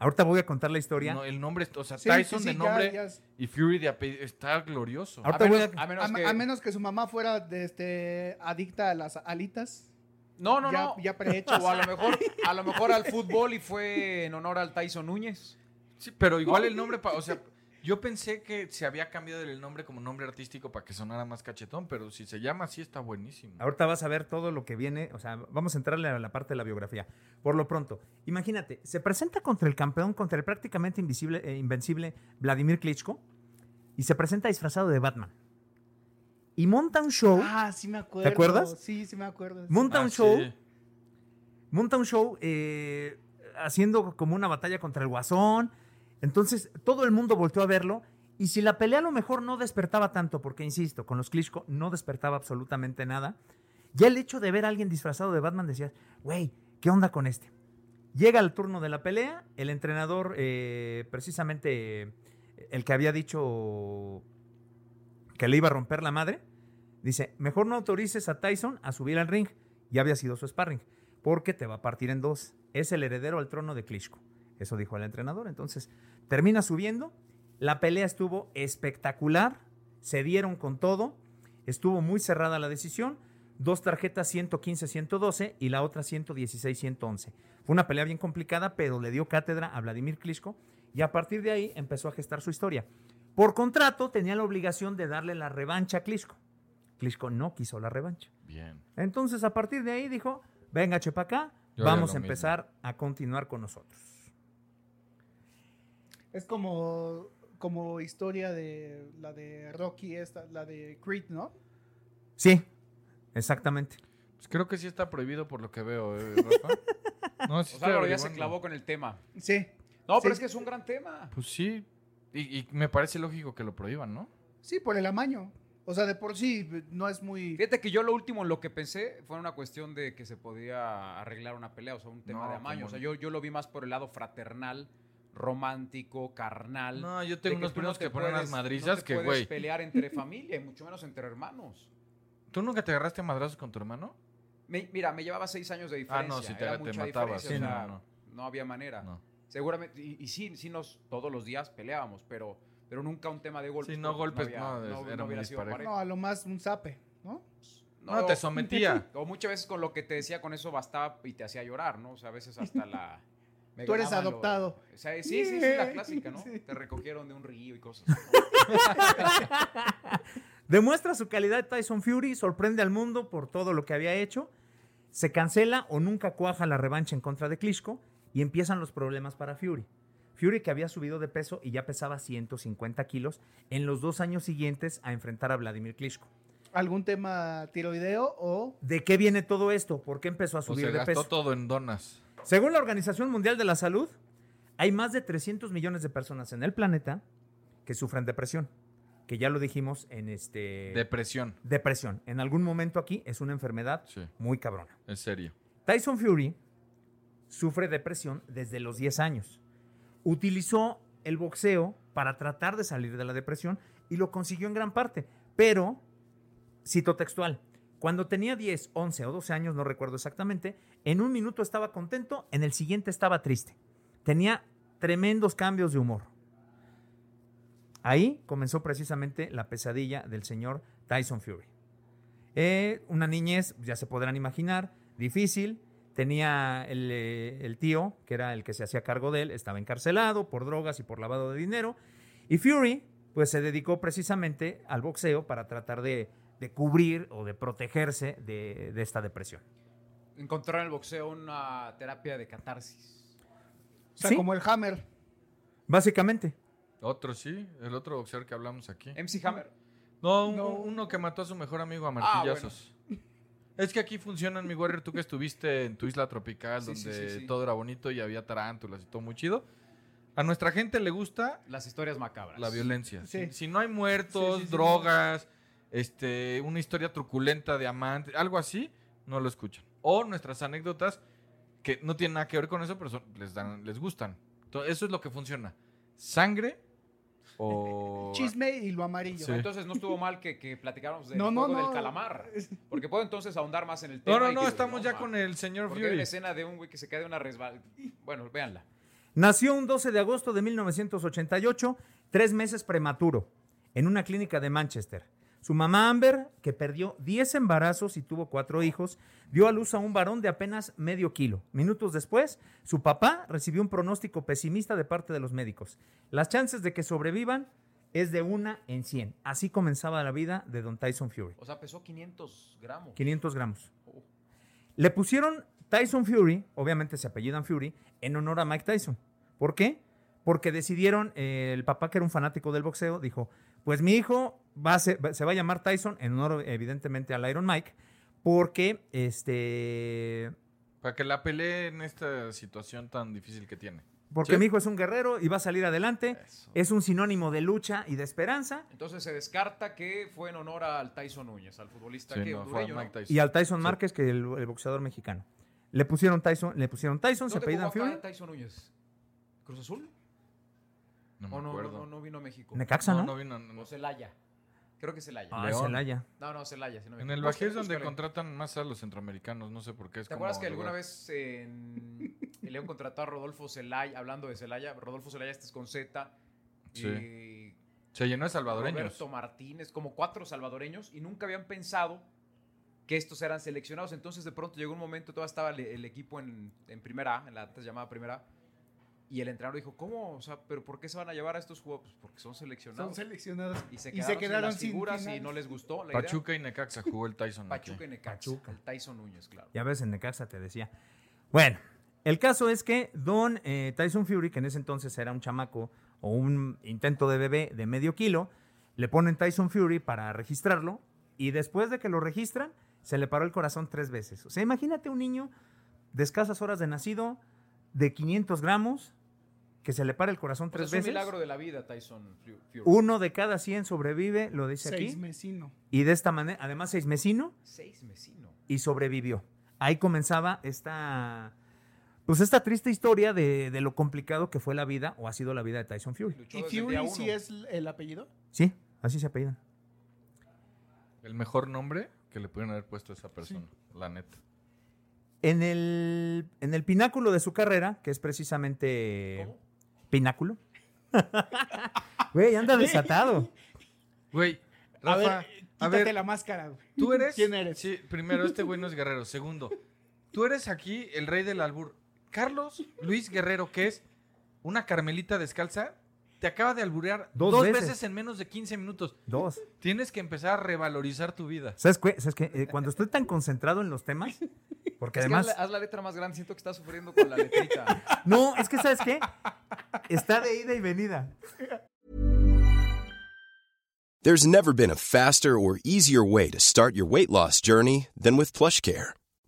Speaker 3: Ahorita voy a contar la historia.
Speaker 4: No, el nombre, o sea,
Speaker 6: Sí,
Speaker 4: Tyson
Speaker 6: sí, sí,
Speaker 4: de
Speaker 6: ya-
Speaker 4: nombre
Speaker 6: ya es-
Speaker 4: y Fury de apellido. Está glorioso.
Speaker 3: Ahora-
Speaker 5: A
Speaker 3: Ahorita voy
Speaker 5: menos,
Speaker 3: a-
Speaker 5: a menos
Speaker 6: a,
Speaker 5: que...
Speaker 6: a menos que su mamá fuera de este adicta a las alitas.
Speaker 5: no, no,
Speaker 6: ya,
Speaker 5: no.
Speaker 6: ya prehechas.
Speaker 5: O a lo, mejor, a lo mejor al fútbol y fue en honor al Tyson Núñez.
Speaker 4: Ah, Sí, pero igual el nombre, pa- o sea, yo pensé que se había cambiado el nombre como nombre artístico para que sonara más cachetón, pero si se llama así está buenísimo.
Speaker 3: Ahorita vas a ver todo lo que viene, o sea, vamos a entrarle a la parte de la biografía. Por lo pronto, imagínate, se presenta contra el campeón, contra el prácticamente invisible, eh, invencible Vladimir Klitschko, y se presenta disfrazado de Batman. Y monta un show,
Speaker 6: Ah, sí me acuerdo.
Speaker 3: acuerdas?
Speaker 6: Sí, sí me acuerdo.
Speaker 3: monta
Speaker 4: Ah,
Speaker 3: un
Speaker 4: sí.
Speaker 3: show, monta un show eh, haciendo como una batalla contra el guasón. Entonces, todo el mundo volteó a verlo. Y si la pelea a lo mejor no despertaba tanto, porque insisto, con los Klitschko no despertaba absolutamente nada, ya el hecho de ver a alguien disfrazado de Batman decías, güey, ¿qué onda con este? Llega el turno de la pelea, el entrenador, eh, precisamente eh, el que había dicho que le iba a romper la madre, dice, mejor no autorices a Tyson a subir al ring, ya había sido su sparring, porque te va a partir en dos, es el heredero al trono de Klitschko, eso dijo el entrenador, entonces termina subiendo, la pelea estuvo espectacular, se dieron con todo, estuvo muy cerrada la decisión, dos tarjetas 115-112 y la otra 116-111. Fue una pelea bien complicada, pero le dio cátedra a Vladimir Klitschko y a partir de ahí empezó a gestar su historia. Por contrato tenía la obligación de darle la revancha a Klitschko. Klitschko no quiso la revancha.
Speaker 4: Bien.
Speaker 3: Entonces a partir de ahí dijo, venga chepa acá,
Speaker 4: Yo haría
Speaker 3: vamos
Speaker 4: lo
Speaker 3: a
Speaker 4: mismo.
Speaker 3: empezar a continuar con nosotros.
Speaker 6: Es como, como historia de la de Rocky, esta, la de Creed, ¿no?
Speaker 3: Sí, exactamente.
Speaker 4: Pues creo que sí está prohibido por lo que veo, ¿eh, Rafa? No, sí
Speaker 5: O
Speaker 4: estoy
Speaker 5: sea, Álvaro ya se
Speaker 4: averiguando.
Speaker 5: clavó con el tema.
Speaker 6: Sí.
Speaker 5: No,
Speaker 6: Sí.
Speaker 5: pero es que es un gran tema.
Speaker 4: Pues sí, y, y me parece lógico que lo prohíban, ¿no?
Speaker 6: Sí, por el amaño. O sea, de por sí no es muy...
Speaker 5: Fíjate que yo lo último en lo que pensé fue una cuestión de que se podía arreglar una pelea, o sea, un tema
Speaker 4: No,
Speaker 5: de amaño.
Speaker 4: ¿cómo
Speaker 5: O sea,
Speaker 4: no?
Speaker 5: yo, yo lo vi más por el lado fraternal, romántico, carnal.
Speaker 4: No, yo
Speaker 5: de
Speaker 4: tengo
Speaker 5: que
Speaker 4: unos
Speaker 5: tú no
Speaker 4: primos
Speaker 5: te
Speaker 4: que ponen
Speaker 5: puedes-
Speaker 4: unas
Speaker 5: no te
Speaker 4: madrizas que,
Speaker 5: puedes
Speaker 4: güey.
Speaker 5: pelear entre familia y mucho menos entre hermanos.
Speaker 4: ¿Tú nunca te agarraste a madrazos con tu hermano?
Speaker 5: Me- mira, me llevaba seis años de
Speaker 4: Ah,
Speaker 5: diferencia.
Speaker 4: no, si te,
Speaker 5: era
Speaker 4: te
Speaker 5: mucha
Speaker 4: matabas.
Speaker 5: diferencia,
Speaker 4: Sí,
Speaker 5: o sea,
Speaker 4: no, no.
Speaker 5: no, había manera.
Speaker 4: no.
Speaker 5: Seguramente, y, y sí, sí nos, todos los días peleábamos, pero, pero nunca un tema de golpes.
Speaker 4: Sí, no
Speaker 5: porque
Speaker 4: golpes, no, es- era muy
Speaker 5: hubiera sido
Speaker 4: disparejo.
Speaker 5: parejo.
Speaker 6: No, a lo más un zape, ¿no?
Speaker 4: No, te sometía.
Speaker 5: O muchas veces con lo que te decía con eso bastaba y te hacía llorar, ¿no? O sea, a veces hasta la... me
Speaker 6: Tú eres
Speaker 5: ganaban lo-
Speaker 6: adoptado.
Speaker 5: o sea, sí, sí, sí, la clásica, ¿no?
Speaker 6: Sí.
Speaker 5: Te recogieron de un río y cosas. ¿no?
Speaker 3: Demuestra su calidad Tyson Fury, sorprende al mundo por todo lo que había hecho, se cancela o nunca cuaja la revancha en contra de Klitschko y empiezan los problemas para Fury. Fury que había subido de peso y ya pesaba 150 kilos en los dos años siguientes a enfrentar a Vladimir Klitschko.
Speaker 6: ¿Algún tema tiroideo o
Speaker 3: ¿De qué viene todo esto? ¿Por qué empezó a
Speaker 4: O
Speaker 3: subir
Speaker 4: Pues se
Speaker 3: de
Speaker 4: gastó
Speaker 3: peso?
Speaker 4: todo en donas.
Speaker 3: Según la Organización Mundial de la Salud, hay más de 300 millones de personas en el planeta que sufren depresión, que ya lo dijimos en este...
Speaker 4: Depresión.
Speaker 3: Depresión. En algún momento aquí es una enfermedad
Speaker 4: Sí,
Speaker 3: muy cabrona.
Speaker 4: en serio.
Speaker 3: Tyson Fury sufre depresión desde los 10 años. Utilizó el boxeo para tratar de salir de la depresión y lo consiguió en gran parte. Pero, cito textual, cuando tenía 10, 11 o 12 años, no recuerdo exactamente, en un minuto estaba contento, en el siguiente estaba triste. Tenía tremendos cambios de humor. Ahí comenzó precisamente la pesadilla del señor Tyson Fury. Eh, una niñez, ya se podrán imaginar, difícil. Tenía el, eh, el tío, que era el que se hacía cargo de él, estaba encarcelado por drogas y por lavado de dinero. Y Fury, pues se dedicó precisamente al boxeo para tratar de, de cubrir o de protegerse de, de esta depresión.
Speaker 5: Encontró en el boxeo una terapia de catarsis.
Speaker 6: sea,
Speaker 3: Sí.
Speaker 6: como el hammer?
Speaker 3: Básicamente.
Speaker 4: Otro sí, el otro boxeador que hablamos aquí.
Speaker 5: MC Hammer.
Speaker 4: No, un-
Speaker 6: No.
Speaker 4: uno que mató a su mejor amigo a
Speaker 5: Ah, bueno.
Speaker 4: martillazos. Es que aquí funcionan, mi Warrior, tú que estuviste en tu isla tropical,
Speaker 5: Sí, sí,
Speaker 4: donde
Speaker 5: sí, sí.
Speaker 4: todo era bonito y había tarántulas y todo muy chido. A nuestra gente le gusta
Speaker 5: Las historias macabras.
Speaker 4: la violencia.
Speaker 6: Sí.
Speaker 4: Si, si no hay muertos,
Speaker 6: Sí, sí, sí.
Speaker 4: drogas, este, una historia truculenta de amante, algo así, no lo escuchan. O nuestras anécdotas que no tienen nada que ver con eso, pero son- les, dan, les gustan. Entonces, eso es lo que funciona. Sangre o...
Speaker 6: Chisme y lo amarillo.
Speaker 4: Sí.
Speaker 5: Entonces no estuvo mal que, que platicáramos del
Speaker 6: No, no,
Speaker 5: juego
Speaker 6: no.
Speaker 5: del calamar. Porque puedo entonces ahondar más en el tema.
Speaker 4: No, no,
Speaker 5: y
Speaker 4: no,
Speaker 5: que-
Speaker 4: estamos ya
Speaker 5: ma.
Speaker 4: con el señor
Speaker 5: Porque hay
Speaker 4: Fury.
Speaker 5: una escena de un güey que se cae de una resbal... Bueno, véanla.
Speaker 3: Nació un 12 de agosto de 1988, tres meses prematuro, en una clínica de Manchester. Su mamá Amber, que perdió 10 embarazos y tuvo cuatro hijos, dio a luz a un varón de apenas medio kilo. Minutos después, su papá recibió un pronóstico pesimista de parte de los médicos. Las chances de que sobrevivan es de una en 100. Así comenzaba la vida de Don Tyson Fury.
Speaker 5: O sea, pesó 500 gramos.
Speaker 3: 500 gramos.
Speaker 5: Oh.
Speaker 3: Le pusieron Tyson Fury, obviamente se apellidan Fury, en honor a Mike Tyson. ¿Por qué? Porque decidieron, eh, el papá que era un fanático del boxeo, dijo, pues mi hijo va a ser- va- se va a llamar Tyson, en honor evidentemente al Iron Mike, porque este...
Speaker 4: Para que la pelee en esta situación tan difícil que tiene.
Speaker 3: Porque
Speaker 4: Sí.
Speaker 3: mi hijo es un guerrero y va a salir adelante.
Speaker 4: Eso.
Speaker 3: Es un sinónimo de lucha y de esperanza.
Speaker 5: Entonces se descarta que fue en honor al Tyson Núñez, al futbolista
Speaker 4: Sí,
Speaker 5: que
Speaker 4: no, fue
Speaker 5: hondureño,
Speaker 4: Mike
Speaker 5: ¿no?
Speaker 4: Tyson.
Speaker 3: Y al Tyson
Speaker 4: Sí.
Speaker 3: Márquez, que el, el boxeador mexicano. Le pusieron Tyson, le pusieron Tyson, se
Speaker 5: ¿Dónde jugó
Speaker 3: apellidan
Speaker 5: acá
Speaker 3: Fury.
Speaker 5: Tyson Núñez? ¿Cruz Azul?
Speaker 4: No me
Speaker 5: ¿O Oh, no, no,
Speaker 4: acuerdo.
Speaker 5: no, no vino a México?
Speaker 3: Necaxa,
Speaker 4: No,
Speaker 3: ¿no?
Speaker 4: no vino, no- no.
Speaker 5: O Celaya. Creo que Celaya.
Speaker 3: Ah,
Speaker 4: León.
Speaker 3: Celaya.
Speaker 5: No, no, Celaya. si no me
Speaker 4: En el
Speaker 5: equivoco.
Speaker 4: Bajío es donde
Speaker 5: Búscalo.
Speaker 4: contratan más a los centroamericanos, no sé por qué. Es
Speaker 5: ¿Te
Speaker 4: como
Speaker 5: acuerdas que alguna
Speaker 4: lugar.
Speaker 5: vez en el León contrató a Rodolfo Celaya, hablando de Celaya, Rodolfo Celaya este es con Z, y
Speaker 4: Se llenó de salvadoreños.
Speaker 5: Roberto Martínez, como cuatro salvadoreños, y nunca habían pensado que estos eran seleccionados. Entonces, de pronto llegó un momento, todavía estaba el, el equipo en, en primera A, en la antes llamada primera A, y el entrenador dijo, ¿cómo? O sea, ¿pero por qué se van a llevar a estos jugadores? Pues porque son
Speaker 6: Son
Speaker 5: seleccionados.
Speaker 6: seleccionados.
Speaker 5: y se
Speaker 6: y
Speaker 5: quedaron,
Speaker 6: se quedaron
Speaker 5: sin las
Speaker 6: sin
Speaker 5: figuras y
Speaker 6: finales.
Speaker 5: no les gustó la idea.
Speaker 4: Pachuca y Necaxa jugó el Tyson.
Speaker 5: Pachuca
Speaker 4: aquí.
Speaker 5: y Necaxa,
Speaker 3: Pachuca.
Speaker 5: el Tyson Núñez, claro.
Speaker 3: Ya ves, en Necaxa te decía. Bueno, el caso es que Don eh, Tyson Fury, que en ese entonces era un chamaco o un intento de bebé de medio kilo, le ponen Tyson Fury para registrarlo y después de que lo registran, se le paró el corazón tres veces. O sea, imagínate un niño de escasas horas de nacido, de 500 gramos, que se le para el corazón
Speaker 5: O sea,
Speaker 3: tres
Speaker 5: Pues es un
Speaker 3: veces.
Speaker 5: milagro de la vida, Tyson Fu- Fury.
Speaker 3: Uno de cada 100 sobrevive, lo dice
Speaker 6: Seis
Speaker 3: aquí.
Speaker 6: mesino.
Speaker 3: Y de esta manera, además seis mesino
Speaker 5: Seis mesino.
Speaker 3: y sobrevivió. Ahí comenzaba esta, pues esta triste historia de, de lo complicado que fue la vida o ha sido la vida de Tyson Fury.
Speaker 5: Luchó
Speaker 6: ¿Y
Speaker 5: desde el día
Speaker 6: Fury
Speaker 5: uno.
Speaker 6: sí es el apellido?
Speaker 3: Sí, así se apellidan.
Speaker 4: El mejor nombre que le pudieron haber puesto a esa persona, la neta.
Speaker 3: En el, en el pináculo de su carrera, que es precisamente... ¿Pináculo? Güey, anda desatado.
Speaker 4: Güey,
Speaker 6: A ver,
Speaker 4: Rafa,
Speaker 6: quítate la máscara, güey.
Speaker 4: tú eres...
Speaker 6: ¿Quién eres?
Speaker 4: Sí, primero, este güey no es guerrero. Segundo, tú eres aquí el rey del albur. Carlos Luis Guerrero, que es una carmelita descalza, te acaba de alburear
Speaker 3: Dos
Speaker 4: dos,
Speaker 3: veces.
Speaker 4: veces. en menos de 15 minutos.
Speaker 3: Dos.
Speaker 4: Tienes que empezar a revalorizar tu vida.
Speaker 3: ¿Sabes qué? ¿Sabes qué? Eh, cuando estoy tan concentrado en los temas, porque
Speaker 5: Es que haz,
Speaker 3: además...
Speaker 5: la, haz la letra más grande, siento que estás sufriendo con la letrita.
Speaker 3: No, es que ¿sabes qué? Está de ida y venida.
Speaker 7: There's never been a faster or easier way to start your weight loss journey than with PlushCare.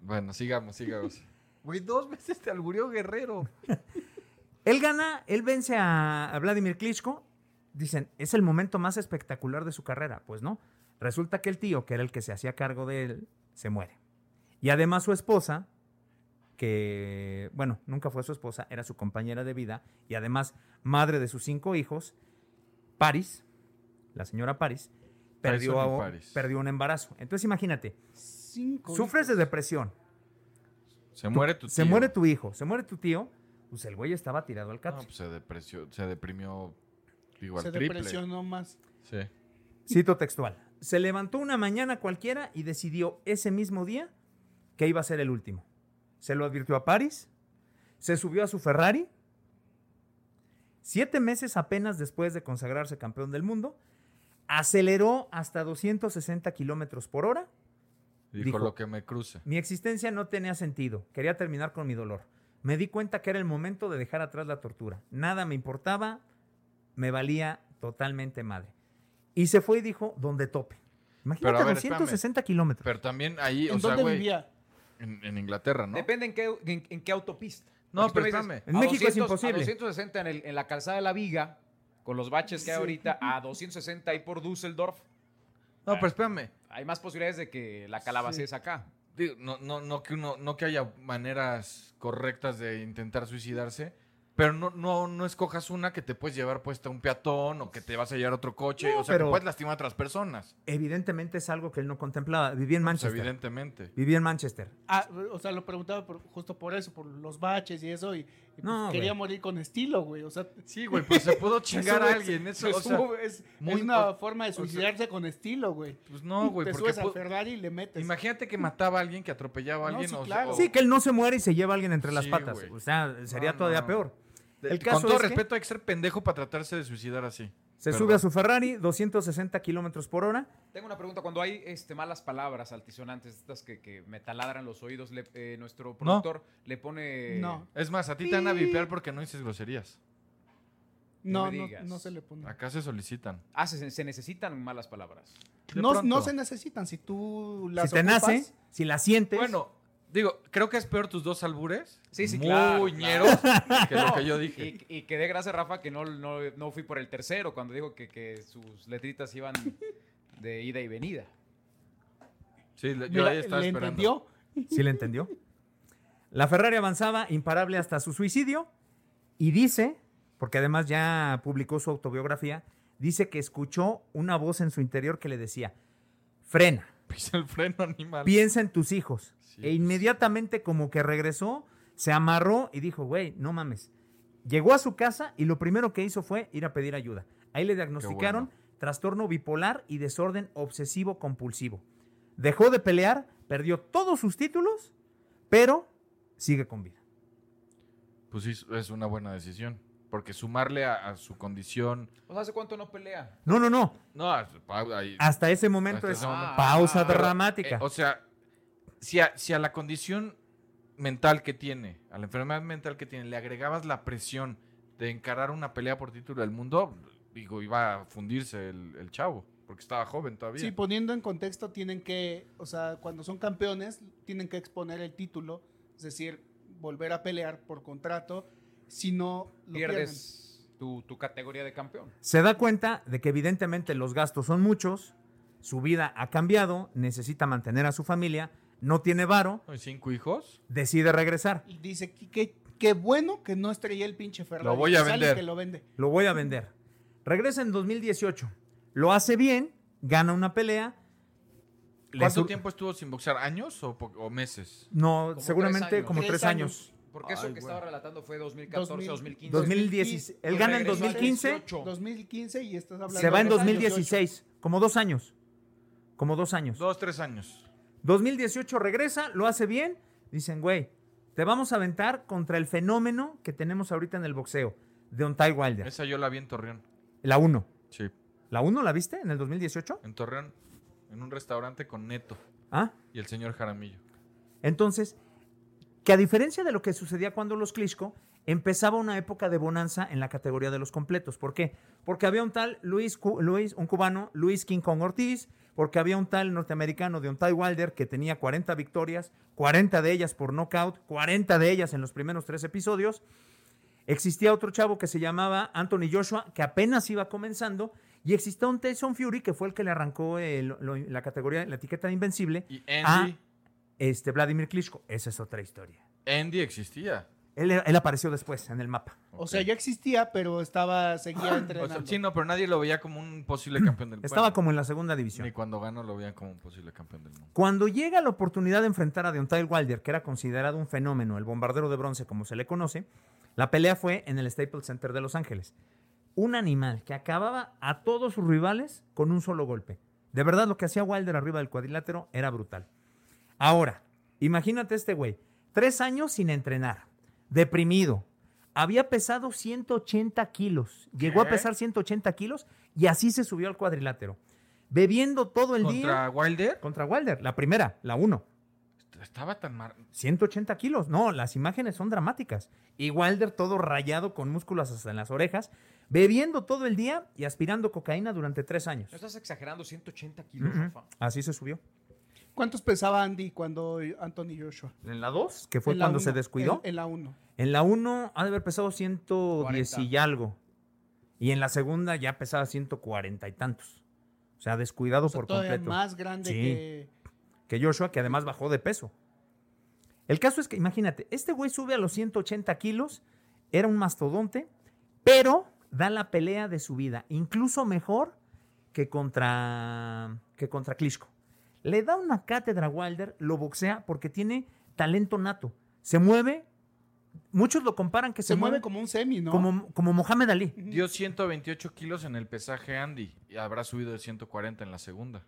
Speaker 4: Bueno, sigamos, sigamos. Güey, dos veces te albureó Guerrero.
Speaker 3: Él gana, él vence a, a Vladimir Klitschko. Dicen, es el momento más espectacular de su carrera. Pues no. Resulta que el tío, que era el que se hacía cargo de él, se muere. Y además su esposa, que, bueno, nunca fue su esposa, era su compañera de vida y además madre de sus cinco hijos, Paris, la señora Paris, perdió,
Speaker 4: Tyson y
Speaker 3: a-
Speaker 4: Paris.
Speaker 3: perdió un embarazo. Entonces imagínate,
Speaker 6: Cinco.
Speaker 3: sufres de depresión,
Speaker 4: Se muere tu tío.
Speaker 3: se muere tu hijo, se muere tu tío, pues el güey estaba tirado al
Speaker 4: No,
Speaker 3: catre.
Speaker 4: pues se depresió, se deprimió digo, al
Speaker 6: Se
Speaker 4: triple.
Speaker 6: depresionó más.
Speaker 4: Sí.
Speaker 3: Cito textual. Se levantó una mañana cualquiera y decidió ese mismo día que iba a ser el último. Se lo advirtió a París, se subió a su Ferrari. Siete meses apenas después de consagrarse campeón del mundo, aceleró hasta 260 kilómetros por hora.
Speaker 4: Dijo,
Speaker 3: Dijo,
Speaker 4: lo que me cruce.
Speaker 3: Mi existencia no tenía sentido. Quería terminar con mi dolor. Me di cuenta que era el momento de dejar atrás la tortura. Nada me importaba. Me valía totalmente madre. Y se fue y dijo, donde tope. Imagínate,
Speaker 4: Pero a ver,
Speaker 3: 260 kilómetros.
Speaker 4: Pero también ahí, o
Speaker 6: ¿En
Speaker 4: sea,
Speaker 6: dónde
Speaker 4: güey,
Speaker 6: vivía?
Speaker 4: en, en Inglaterra, ¿no?
Speaker 5: Depende en qué, en, en qué autopista.
Speaker 4: No,
Speaker 5: Porque tú
Speaker 4: pero
Speaker 5: me dices,
Speaker 4: espérame.
Speaker 3: En
Speaker 5: a
Speaker 3: México es
Speaker 5: 200,
Speaker 3: imposible.
Speaker 5: A 260 en, el- en la calzada de la Viga, con los baches que hay ahorita, a 260 ahí por Düsseldorf,
Speaker 4: No, pero espérame.
Speaker 5: hay más posibilidades de que la calabacees acá.
Speaker 4: Digo, no, no, no, que uno, no que haya maneras correctas de intentar suicidarse, pero no, no, no escojas una que te puedes llevar puesta a un peatón o que te vas a llevar a otro coche.
Speaker 3: No,
Speaker 4: o sea,
Speaker 3: pero-
Speaker 4: que puedes lastimar a otras personas.
Speaker 3: Evidentemente es algo que él no contemplaba. Vivía en
Speaker 4: Pues,
Speaker 3: Manchester.
Speaker 4: evidentemente.
Speaker 3: Vivía en Manchester.
Speaker 6: Ah, o sea, lo preguntaba por- justo por eso, por los baches y eso. Y, y pues,
Speaker 3: No, güey.
Speaker 6: quería morir con estilo, güey. O sea,
Speaker 4: Sí, güey, pues se pudo chingar
Speaker 6: Eso,
Speaker 4: a
Speaker 6: güey,
Speaker 4: alguien. Eso,
Speaker 6: pues,
Speaker 4: o sea,
Speaker 6: hubo- es,
Speaker 4: muy-
Speaker 6: es una
Speaker 4: o-
Speaker 6: forma de
Speaker 4: o sea-
Speaker 6: suicidarse con estilo, güey.
Speaker 4: pues no, güey.
Speaker 6: Te
Speaker 4: Porque
Speaker 6: subes
Speaker 4: pu-
Speaker 6: a Ferrari y le metes.
Speaker 4: imagínate que mataba a alguien, que atropellaba a
Speaker 6: No,
Speaker 4: alguien.
Speaker 6: sí,
Speaker 4: o-
Speaker 6: claro.
Speaker 4: o-
Speaker 3: Sí, que él no se muere y se lleva a alguien entre las
Speaker 4: Oh. Sí,
Speaker 3: patas.
Speaker 4: güey.
Speaker 3: O sea, sería
Speaker 4: No,
Speaker 3: todavía
Speaker 4: no.
Speaker 3: peor. El
Speaker 4: Con
Speaker 3: caso
Speaker 4: todo
Speaker 3: es que-
Speaker 4: respeto, hay que ser pendejo para tratarse de suicidar así.
Speaker 3: Se
Speaker 4: Perdón.
Speaker 3: sube a su Ferrari, 260 kilómetros por hora.
Speaker 5: Tengo una pregunta. Cuando hay este, malas palabras altisonantes, estas que, que me taladran los oídos, le- eh, nuestro productor le pone...
Speaker 6: No,
Speaker 4: Es más, a ti te van a vipear porque no dices groserías.
Speaker 5: No
Speaker 6: no,
Speaker 5: me
Speaker 6: no,
Speaker 5: digas.
Speaker 6: no se le pone.
Speaker 4: Acá se solicitan.
Speaker 5: Ah, se, se necesitan malas palabras.
Speaker 4: De
Speaker 6: No,
Speaker 4: pronto.
Speaker 6: no se necesitan. Si tú las
Speaker 3: Si te
Speaker 6: ocupas,
Speaker 3: nace, si la sientes.
Speaker 4: Bueno, digo, creo que es peor tus dos albures.
Speaker 5: Sí, sí,
Speaker 4: muy
Speaker 5: claro,
Speaker 4: ñeros, que lo
Speaker 5: No,
Speaker 4: que yo dije.
Speaker 5: Y, y que dé gracias, Rafa, que no, no, no fui por el tercero cuando dijo que, que sus letritas iban de ida y venida.
Speaker 4: Sí, le- yo
Speaker 6: mira,
Speaker 4: ahí estaba
Speaker 6: le
Speaker 4: esperando.
Speaker 6: entendió.
Speaker 3: ¿Sí le entendió? La Ferrari avanzaba imparable hasta su suicidio y dice, porque además ya publicó su autobiografía, dice que escuchó una voz en su interior que le decía, frena,
Speaker 4: Pisa el freno animal.
Speaker 3: piensa en tus hijos.
Speaker 4: Sí,
Speaker 3: e
Speaker 4: pues.
Speaker 3: inmediatamente como que regresó, se amarró y dijo, güey, no mames. Llegó a su casa y lo primero que hizo fue ir a pedir ayuda. Ahí le diagnosticaron trastorno bipolar y desorden obsesivo compulsivo. Dejó de pelear, perdió todos sus títulos, pero sigue con vida.
Speaker 4: Pues sí, es una buena decisión. Porque sumarle a, a su condición.
Speaker 5: O sea, ¿hace cuánto no pelea?
Speaker 3: No, no, no.
Speaker 4: No, a- pa- ahí-
Speaker 3: Hasta ese momento
Speaker 4: Hasta
Speaker 3: es
Speaker 4: ese
Speaker 5: momento.
Speaker 3: pausa
Speaker 5: Ah, pero,
Speaker 3: dramática.
Speaker 4: eh, o sea, si a, si a la condición mental que tiene, a la enfermedad mental que tiene, le agregabas la presión de encarar una pelea por título del mundo, digo, iba a fundirse el, el chavo, porque estaba joven todavía.
Speaker 6: Sí, poniendo en contexto, tienen que, o sea, cuando son campeones, tienen que exponer el título, es decir, volver a pelear por contrato, si no lo pierden.
Speaker 5: Pierdes tu, tu categoría de campeón.
Speaker 3: Se da cuenta de que evidentemente los gastos son muchos, su vida ha cambiado, necesita mantener a su familia, no tiene varo,
Speaker 4: ¿No? ¿Y cinco hijos?
Speaker 3: decide regresar.
Speaker 6: Y dice, que- que qué bueno que no estrellé el pinche Ferrari.
Speaker 4: Lo voy a
Speaker 6: Sale
Speaker 4: vender.
Speaker 6: que lo vende.
Speaker 3: Lo voy a vender. Regresa en 2018. Lo hace bien, gana una pelea. le
Speaker 4: ¿Cuánto
Speaker 3: sur-
Speaker 4: tiempo estuvo sin boxear? ¿Años o, po- o meses?
Speaker 3: No,
Speaker 5: tres
Speaker 3: seguramente
Speaker 5: años.
Speaker 3: como
Speaker 6: Tres
Speaker 3: tres años.
Speaker 5: Porque eso
Speaker 4: Ay,
Speaker 5: que
Speaker 4: güey.
Speaker 5: estaba relatando fue 2014, 2015.
Speaker 3: 2016. Él gana en
Speaker 5: Regresó al
Speaker 3: 2015,
Speaker 5: 18.
Speaker 6: 2015 y estás hablando
Speaker 3: se va en
Speaker 6: de
Speaker 3: 2016. Como dos años. Como dos años.
Speaker 4: Dos, tres años.
Speaker 3: 2018 regresa, lo hace bien. Dicen, güey, te vamos a aventar contra el fenómeno que tenemos ahorita en el boxeo, de Ontai Wilder.
Speaker 4: Esa yo la vi en Torreón.
Speaker 3: La 1.
Speaker 4: Sí.
Speaker 3: ¿La 1 la viste en el 2018?
Speaker 4: En Torreón, en un restaurante con Neto
Speaker 3: Ah,
Speaker 4: y el señor Jaramillo.
Speaker 3: entonces, que a diferencia de lo que sucedía cuando los Klitschko, empezaba una época de bonanza en la categoría de los completos. ¿Por qué? Porque había un tal Luis, Cu- Luis un cubano, Luis King Kong Ortiz, porque había un tal norteamericano de Ontai Wilder que tenía 40 victorias, 40 de ellas por nocaut, 40 de ellas en los primeros tres episodios. Existía otro chavo que se llamaba Anthony Joshua, que apenas iba comenzando, y existía un Tyson Fury, que fue el que le arrancó el- lo- la categoría, la etiqueta de invencible,
Speaker 4: Y
Speaker 3: Ah.
Speaker 4: Andy,
Speaker 3: este Vladimir Klitschko. Esa es otra historia.
Speaker 4: Andy existía.
Speaker 3: Él, él apareció después en el mapa.
Speaker 6: O sea, ya existía, pero estaba, seguía
Speaker 4: O
Speaker 6: entrenando.
Speaker 4: sea, sí, no, pero nadie lo veía como un posible campeón del mundo.
Speaker 3: Estaba como en la segunda división.
Speaker 4: Ni cuando ganó lo veían como un posible campeón del mundo.
Speaker 3: Cuando llega la oportunidad de enfrentar a Deontay Wilder, que era considerado un fenómeno, el bombardero de bronce como se le conoce, la pelea fue en el Staples Center de Los Ángeles. Un animal que acababa a todos sus rivales con un solo golpe. De verdad, lo que hacía Wilder arriba del cuadrilátero era brutal. Ahora, imagínate este güey, tres años sin entrenar, deprimido, había pesado 180 kilos, llegó a
Speaker 4: ¿Qué?
Speaker 3: pesar 180 kilos y así se subió al cuadrilátero, bebiendo todo el día.
Speaker 4: ¿Contra Wilder?
Speaker 3: Contra Wilder, la primera, la 1.
Speaker 4: Estaba tan mal.
Speaker 3: 180 kilos. No, las imágenes son dramáticas. Y Wilder todo rayado con músculos hasta en las orejas, bebiendo todo el día y aspirando cocaína durante tres años.
Speaker 5: ¿No estás exagerando? 180 kilos,
Speaker 3: Ujú.
Speaker 5: Rafa.
Speaker 3: Así se subió.
Speaker 6: ¿Cuántos pesaba Andy cuando Anthony Joshua?
Speaker 3: ¿En la 2? Que fue
Speaker 6: En la
Speaker 3: cuando se
Speaker 6: uno,
Speaker 3: descuidó.
Speaker 6: En, en la 1.
Speaker 3: En la 1 ha de haber pesado 110 y algo. Y en la segunda ya pesaba 140 y tantos. O sea, descuidado
Speaker 6: O sea,
Speaker 3: por
Speaker 6: todavía
Speaker 3: completo.
Speaker 6: más grande
Speaker 3: Sí.
Speaker 6: que...
Speaker 3: que Joshua, que además bajó de peso. El caso es que, imagínate, este güey sube a los 180 kilos, era un mastodonte, pero da la pelea de su vida, incluso mejor que contra, que contra Klitschko. Le da una cátedra a Wilder, lo boxea porque tiene talento nato. Se mueve, muchos lo comparan que
Speaker 6: Se, mueve como un semi, ¿no?
Speaker 3: como, como Mohamed Ali.
Speaker 4: Dio 128 kilos en el pesaje Andy y habrá subido de 140 en la segunda.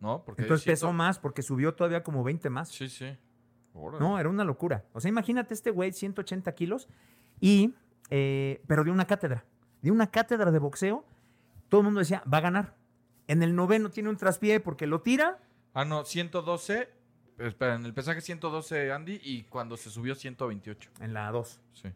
Speaker 4: ¿No? Porque
Speaker 3: Entonces
Speaker 4: ciento-
Speaker 3: pesó más porque subió todavía como 20 más.
Speaker 4: Sí, sí. Órale.
Speaker 3: No, era una locura. O sea, imagínate este güey, 180 kilos, y, eh, pero de una cátedra. De una cátedra de boxeo, todo el mundo decía, va a ganar. En el noveno tiene un traspié porque lo tira.
Speaker 4: Ah, no, 112. Espera, en el pesaje 112 Andy y cuando se subió 128.
Speaker 3: En la 2.
Speaker 4: Sí.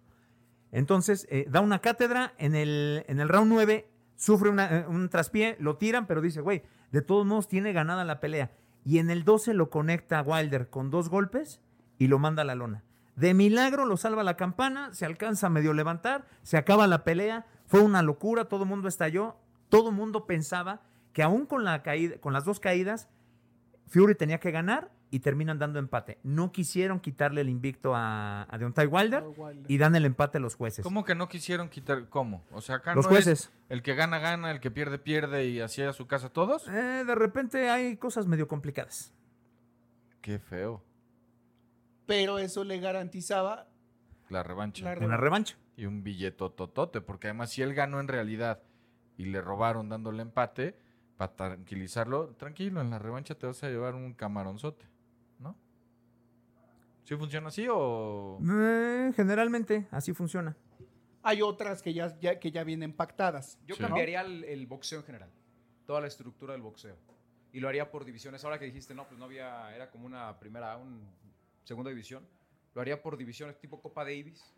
Speaker 3: Entonces, eh, da una cátedra. En el, en el round 9 sufre una- eh, un traspié, lo tiran, pero dice, güey, de todos modos tiene ganada la pelea. Y en el 12 lo conecta a Wilder con dos golpes y lo manda a la lona. De milagro lo salva la campana, se alcanza a medio levantar, se acaba la pelea. Fue una locura, todo el mundo estalló. Todo el mundo pensaba que aún con, la caída, con las dos caídas, Fury tenía que ganar y terminan dando empate. No quisieron quitarle el invicto a, a Deontay Wilder y dan el empate a los jueces.
Speaker 4: ¿Cómo que no quisieron quitar? ¿Cómo? O sea, acá
Speaker 3: Los
Speaker 4: no es
Speaker 3: jueces.
Speaker 4: el que gana, gana, el que pierde, pierde y así a su casa todos.
Speaker 3: Eh, de repente hay cosas medio complicadas.
Speaker 4: Qué feo.
Speaker 6: Pero eso le garantizaba
Speaker 4: La revancha.
Speaker 6: la
Speaker 3: En la revancha.
Speaker 4: y un billetototote, porque además si él ganó en realidad y le robaron dándole empate, para tranquilizarlo, tranquilo, en la revancha te vas a llevar un camaronzote, ¿no? ¿Sí funciona así o...? Oh.
Speaker 3: Eh, generalmente así funciona.
Speaker 6: Hay otras que ya, ya- que ya vienen pactadas.
Speaker 5: Yo
Speaker 4: Sí.
Speaker 5: cambiaría el, el boxeo en general, toda la estructura del boxeo. Y lo haría por divisiones. Ahora que dijiste, no, pues no había, era como una primera, una segunda división. Lo haría por divisiones tipo Copa Davis,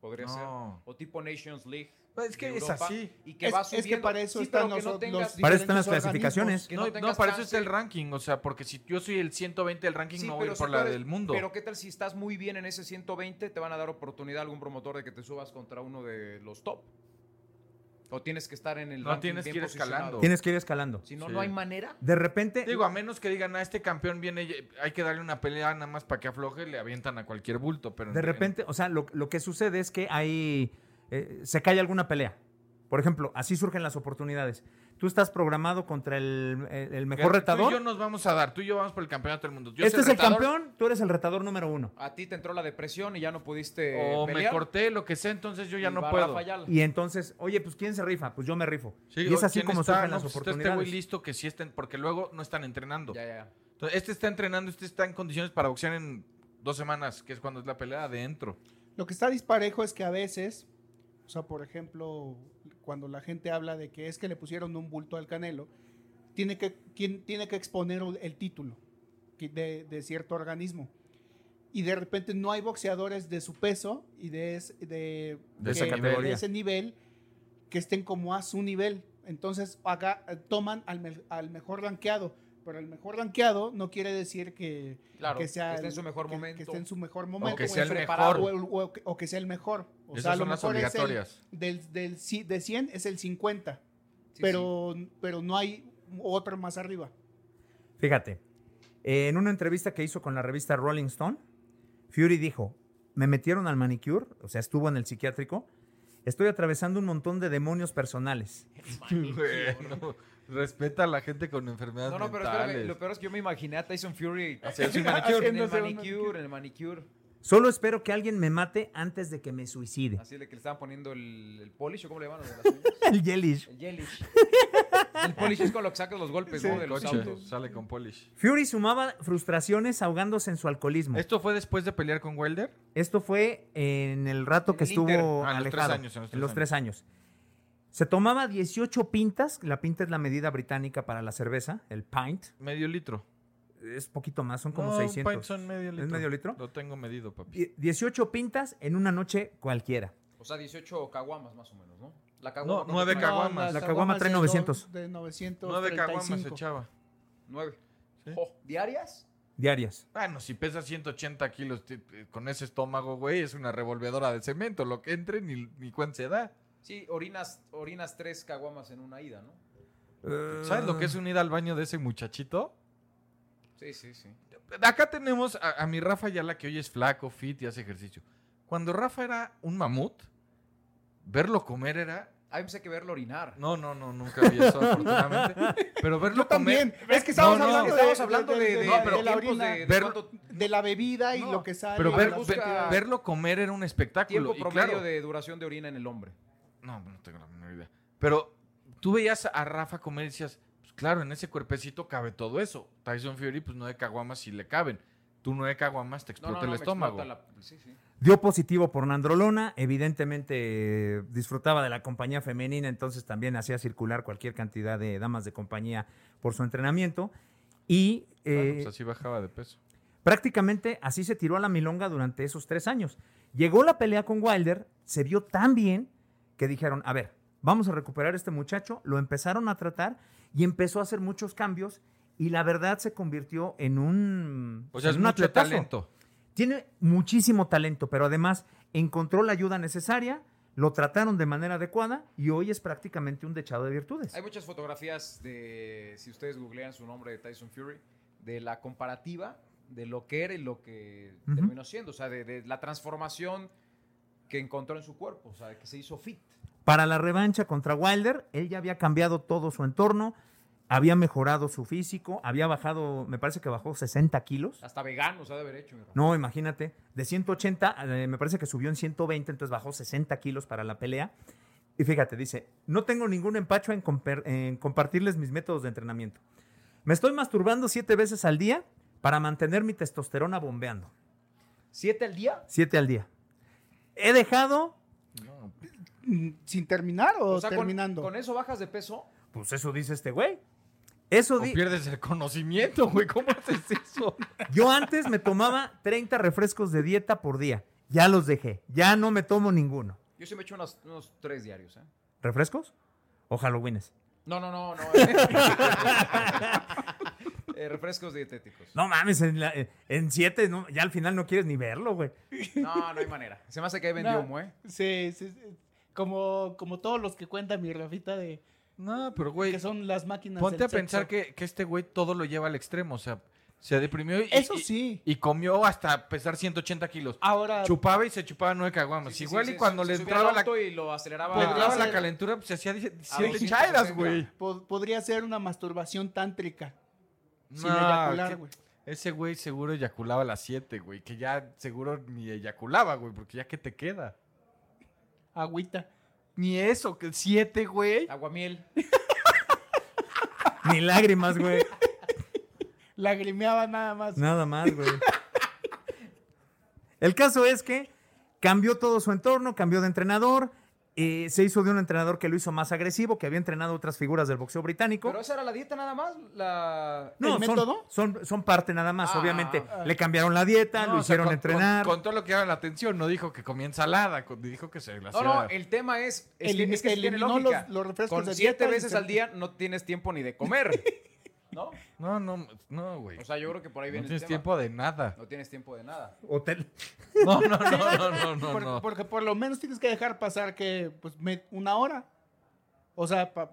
Speaker 5: podría
Speaker 4: No.
Speaker 5: ser. O tipo Nations League.
Speaker 4: Pues es
Speaker 5: de
Speaker 4: que es
Speaker 5: Europa,
Speaker 4: así.
Speaker 5: Y que
Speaker 6: Es,
Speaker 5: va
Speaker 6: es que
Speaker 5: subiendo.
Speaker 6: para eso
Speaker 5: Sí,
Speaker 6: están
Speaker 5: pero que
Speaker 6: los,
Speaker 5: no
Speaker 6: los
Speaker 5: tengas-
Speaker 3: Para eso están
Speaker 6: diferentes
Speaker 3: las clasificaciones.
Speaker 5: que
Speaker 4: no,
Speaker 5: no
Speaker 4: no,
Speaker 5: tengas
Speaker 4: para eso
Speaker 5: chance.
Speaker 4: está el ranking. O sea, porque si yo soy el 120 del ranking,
Speaker 5: Sí,
Speaker 4: no voy
Speaker 5: pero
Speaker 4: por
Speaker 5: si
Speaker 4: la
Speaker 5: tú eres-
Speaker 4: del mundo.
Speaker 5: Pero qué tal si estás muy bien en ese 120, te van a dar oportunidad algún promotor de que te subas contra uno de los top. O tienes que estar en el
Speaker 4: No,
Speaker 5: ranking
Speaker 4: tienes
Speaker 5: bien
Speaker 4: que ir
Speaker 5: posicionado.
Speaker 4: escalando.
Speaker 3: Tienes que ir escalando.
Speaker 5: Si no,
Speaker 4: Sí.
Speaker 5: no hay manera.
Speaker 3: De repente,
Speaker 4: Digo, a menos que digan, a este campeón viene, y- hay que darle una pelea nada más para que afloje, le avientan a cualquier bulto. Pero
Speaker 3: de repente, o sea, lo, lo que sucede es que hay, eh, se cae alguna pelea. Por ejemplo, así surgen las oportunidades. Tú estás programado contra el, eh, el- el mejor
Speaker 4: Tú y yo
Speaker 3: retador.
Speaker 4: nos vamos a dar, tú y yo vamos por el campeonato del mundo. Yo
Speaker 3: Este
Speaker 4: soy
Speaker 3: es el
Speaker 4: retador,
Speaker 3: campeón, tú eres el retador número uno.
Speaker 5: A ti te entró la depresión y ya no pudiste.
Speaker 4: O me
Speaker 5: eh, pelear,
Speaker 4: corté, lo que sea, entonces yo ya
Speaker 5: y
Speaker 4: no
Speaker 5: va
Speaker 4: puedo.
Speaker 5: Rafa Ayala.
Speaker 3: Y entonces, oye, pues ¿quién se rifa? Pues yo me rifo.
Speaker 4: Sí,
Speaker 3: y es
Speaker 4: o
Speaker 3: así
Speaker 4: ¿quién
Speaker 3: como
Speaker 4: está?
Speaker 3: surgen
Speaker 4: No,
Speaker 3: las
Speaker 4: pues, está
Speaker 3: oportunidades.
Speaker 4: este güey listo que sí estén, porque luego no están entrenando.
Speaker 5: Ya, ya, ya.
Speaker 4: Entonces, este está entrenando, este está en condiciones para boxear en dos semanas, que es cuando es la pelea adentro.
Speaker 6: Lo que está disparejo es que a veces, o sea, por ejemplo, cuando la gente habla de que es que le pusieron un bulto al Canelo, tiene que, quien, tiene que exponer un- el título que- de, de cierto organismo. Y de repente no hay boxeadores de su peso y de, es- de,
Speaker 4: De esa
Speaker 6: que-
Speaker 4: categoría.
Speaker 6: de ese nivel que estén como a su nivel. Entonces haga- toman al, me- al mejor ranqueado. Pero el mejor ranqueado no quiere decir que,
Speaker 5: Claro,
Speaker 6: que sea
Speaker 5: que esté en
Speaker 6: el-
Speaker 5: su mejor
Speaker 6: que-
Speaker 5: momento.
Speaker 6: Que esté en su mejor
Speaker 4: O
Speaker 6: momento.
Speaker 4: que
Speaker 5: como
Speaker 4: sea el
Speaker 5: preparado.
Speaker 4: mejor.
Speaker 6: O, o- o que sea el mejor. O
Speaker 4: Esas
Speaker 6: sea, a lo
Speaker 4: son las
Speaker 6: mejor es el-
Speaker 4: obligatorias.
Speaker 6: del, del, ci- de 100 es el 50,
Speaker 5: Sí,
Speaker 6: pero, pero no hay otro más arriba.
Speaker 3: Fíjate, eh, en una entrevista que hizo con la revista Rolling Stone, Fury dijo, me metieron al manicure, o sea, estuvo en el psiquiátrico, estoy atravesando un montón de demonios personales.
Speaker 4: Bueno, respeta a la gente con
Speaker 5: sí.
Speaker 4: enfermedades
Speaker 5: No, no, pero espérame,
Speaker 4: mentales.
Speaker 5: lo peor es que yo me imaginé a Tyson Fury
Speaker 4: Haciéndose un
Speaker 6: manicure.
Speaker 5: en el
Speaker 6: Haciéndose un
Speaker 5: manicure, en el manicure.
Speaker 3: Solo espero que alguien me mate antes de que me suicide.
Speaker 5: Así de que le estaban poniendo el, el polish, ¿o cómo le llaman? lo de las uñas?
Speaker 3: El Yelish.
Speaker 5: El gelish. el polish es con lo que sacas los golpes,
Speaker 4: Sí,
Speaker 5: ¿no? De los
Speaker 4: coche,
Speaker 5: autos.
Speaker 4: Sale con Polish.
Speaker 3: Fury sumaba frustraciones ahogándose en su alcoholismo.
Speaker 4: ¿Esto fue después de pelear con Welder?
Speaker 3: Esto fue en el rato
Speaker 5: En
Speaker 3: que
Speaker 5: el Inter.
Speaker 3: estuvo
Speaker 4: Ah, en los tres
Speaker 3: alejado.
Speaker 4: años,
Speaker 3: en los, tres años. Se tomaba 18 pintas. La pinta es la medida británica para la cerveza, el pint.
Speaker 4: Medio litro.
Speaker 3: Es poquito más, son como
Speaker 4: No, un pint
Speaker 3: 600.
Speaker 4: son medio
Speaker 3: ¿Es
Speaker 4: litro.
Speaker 3: medio litro?
Speaker 4: Lo tengo medido, papi.
Speaker 3: Die- 18 pintas en una noche cualquiera.
Speaker 5: O sea, 18 caguamas más o menos, ¿no? La
Speaker 4: No,
Speaker 5: caguama
Speaker 4: nueve
Speaker 5: caguamas.
Speaker 4: caguamas.
Speaker 3: La caguama trae
Speaker 6: es do-
Speaker 3: 900.
Speaker 6: De 900.
Speaker 4: Nueve caguamas echaba.
Speaker 5: Nueve.
Speaker 4: Sí.
Speaker 5: Jo, ¿Diarias?
Speaker 3: Diarias.
Speaker 4: Bueno, si pesa 180 kilos ti- eh, con ese estómago, güey, es una revolvedora de cemento. Lo que entre ni, ni cuánto se da.
Speaker 5: Sí, orinas, orinas tres caguamas en una ida, ¿no?
Speaker 4: Eh, ¿Sabes lo que es unida al baño de ese muchachito?
Speaker 5: Sí, sí, sí.
Speaker 4: Acá tenemos a, a mi Rafa Yala, que hoy es flaco, fit y hace ejercicio. Cuando Rafa era un mamut, verlo comer era.
Speaker 5: Ahí pensé que verlo orinar.
Speaker 4: No, no, no, nunca vi eso, afortunadamente. Pero verlo
Speaker 6: Yo también.
Speaker 4: comer.
Speaker 6: Es que estamos
Speaker 4: No, no.
Speaker 6: hablando, de,
Speaker 5: Estamos hablando de- de-
Speaker 4: No, pero
Speaker 6: la
Speaker 5: tiempos
Speaker 6: orina,
Speaker 5: de-
Speaker 6: de,
Speaker 4: ver-
Speaker 5: cuánto-
Speaker 6: la bebida y
Speaker 5: No,
Speaker 6: lo que sale.
Speaker 4: Pero
Speaker 6: y
Speaker 4: ver-
Speaker 6: la-
Speaker 4: ve-
Speaker 5: busca-
Speaker 4: verlo comer era un espectáculo.
Speaker 5: Tiempo
Speaker 4: Y
Speaker 5: promedio
Speaker 4: claro,
Speaker 5: de duración de orina en el hombre.
Speaker 4: No, pues, no tengo la menor idea. Pero tú veías a Rafa comer y decías, pues claro, en ese cuerpecito cabe todo eso. Tyson Fury, pues no de caguamas si le caben. Tú no de caguamas te
Speaker 5: No,
Speaker 4: explota
Speaker 5: no, no,
Speaker 4: el
Speaker 5: me
Speaker 4: estómago.
Speaker 5: explota la- sí, sí.
Speaker 3: Dio positivo por Nandrolona. Evidentemente eh, disfrutaba de la compañía femenina, entonces también hacía circular cualquier cantidad de damas de compañía por su entrenamiento. Y
Speaker 4: Bueno,
Speaker 3: eh,
Speaker 4: pues así bajaba de peso.
Speaker 3: Prácticamente así se tiró a la milonga durante esos tres años. Llegó la pelea con Wilder, se vio tan bien que dijeron, a ver, vamos a recuperar a este muchacho, lo empezaron a tratar y empezó a hacer muchos cambios y la verdad se convirtió en un,
Speaker 4: O sea,
Speaker 3: en
Speaker 4: es
Speaker 3: un
Speaker 4: mucho
Speaker 3: atletazo.
Speaker 4: talento.
Speaker 3: Tiene muchísimo talento, pero además encontró la ayuda necesaria, lo trataron de manera adecuada y hoy es prácticamente un dechado de virtudes.
Speaker 5: Hay muchas fotografías de, si ustedes googlean su nombre de Tyson Fury, de la comparativa de lo que era y lo que
Speaker 3: Ujú.
Speaker 5: terminó siendo. O sea, de, de la transformación que encontró en su cuerpo. O sea, que se hizo fit.
Speaker 3: Para la revancha contra Wilder, él ya había cambiado todo su entorno, había mejorado su físico, había bajado, me parece que bajó 60 kilos.
Speaker 5: Hasta vegano se ha de haber hecho. mi Rafa.
Speaker 3: No, imagínate, de 180, eh, me parece que subió en 120, entonces bajó 60 kilos para la pelea. Y fíjate, dice, no tengo ningún empacho en, comper- en compartirles mis métodos de entrenamiento. Me estoy masturbando siete veces al día para mantener mi testosterona bombeando.
Speaker 5: ¿Siete al día?
Speaker 3: Siete al día. He dejado
Speaker 6: mm, sin terminar o,
Speaker 5: O sea, con-
Speaker 6: terminando.
Speaker 5: Con, eso bajas de peso.
Speaker 3: Pues eso dice este güey. Eso
Speaker 4: O
Speaker 3: di
Speaker 4: pierdes el conocimiento, güey. ¿Cómo haces eso?
Speaker 3: Yo antes me tomaba 30 refrescos de dieta por día. Ya los dejé. Ya no me tomo ninguno.
Speaker 5: Yo sí me echo unos, unos tres diarios, ¿eh?
Speaker 3: ¿Refrescos? O Halloweenes.
Speaker 5: No, no, no, no. eh. Eh, refrescos dietéticos.
Speaker 3: No mames, en, la- en siete, no, ya al final no quieres ni verlo, güey.
Speaker 5: No, no hay manera. Se me hace que ahí vendió
Speaker 6: No.
Speaker 5: humo, ¿eh?
Speaker 6: Sí, sí, sí. Como, como todos los que cuentan mi Rafita de
Speaker 4: No, pero güey.
Speaker 6: que son las máquinas.
Speaker 4: Ponte
Speaker 6: del
Speaker 4: a pensar
Speaker 6: sexo.
Speaker 4: que, que este güey todo lo lleva al extremo. O sea, se deprimió y,
Speaker 6: Eso
Speaker 4: y-
Speaker 6: sí.
Speaker 4: y comió hasta pesar 180 kilos.
Speaker 5: Ah,
Speaker 6: Ahora,
Speaker 4: Chupaba y se chupaba nueve caguamas. Igual y cuando le entraba la,
Speaker 5: auto y Ah, lo aceleraba.
Speaker 4: le entraba
Speaker 6: Podría
Speaker 4: la
Speaker 6: ser-
Speaker 4: calentura, pues se hacía die- siete
Speaker 5: 260.
Speaker 4: chairas, güey.
Speaker 6: po- podría ser una masturbación tántrica. sin
Speaker 4: No,
Speaker 6: eyacular,
Speaker 4: qué-
Speaker 6: güey.
Speaker 4: Ese güey seguro eyaculaba a las 7, güey. Que ya seguro ni eyaculaba, güey. Porque ya que te queda.
Speaker 6: Agüita.
Speaker 4: Ni eso, que 7, güey.
Speaker 5: Aguamiel.
Speaker 3: Ni lágrimas, güey.
Speaker 6: Lagrimeaba nada más.
Speaker 3: Nada más, güey. El caso es que cambió todo su entorno, cambió de entrenador. eh, se hizo de un entrenador que lo hizo más agresivo, que había entrenado otras figuras del boxeo británico.
Speaker 5: Pero esa era la dieta nada más. La...
Speaker 3: no,
Speaker 6: ¿El
Speaker 3: son,
Speaker 6: método?
Speaker 3: son, son parte nada más,
Speaker 5: Ah,
Speaker 3: obviamente.
Speaker 5: ah.
Speaker 3: Le cambiaron la dieta, lo
Speaker 4: No, o sea,
Speaker 3: hicieron
Speaker 4: con-
Speaker 3: entrenar.
Speaker 4: Con, con todo lo que llama la atención, no dijo que comía ensalada, con- dijo que se la
Speaker 5: No,
Speaker 4: hacía.
Speaker 5: no, el tema es. es
Speaker 6: Elim-
Speaker 5: que- es que sí tiene
Speaker 6: eliminó
Speaker 5: lógica.
Speaker 6: los- los refrescos
Speaker 5: Con
Speaker 6: de
Speaker 5: siete
Speaker 6: dieta y
Speaker 5: veces
Speaker 6: se-
Speaker 5: al día no tienes tiempo ni de comer. ¿No?
Speaker 4: No, no, no, güey.
Speaker 5: O sea, yo creo que por ahí
Speaker 4: no
Speaker 5: viene
Speaker 4: tienes
Speaker 5: el tema.
Speaker 4: tiempo de nada.
Speaker 5: No tienes tiempo de nada.
Speaker 3: Hotel.
Speaker 4: No, no, no, no, no, no.
Speaker 6: Por-
Speaker 4: no.
Speaker 6: Porque por lo menos tienes que dejar pasar que pues me- una hora. O sea, pa-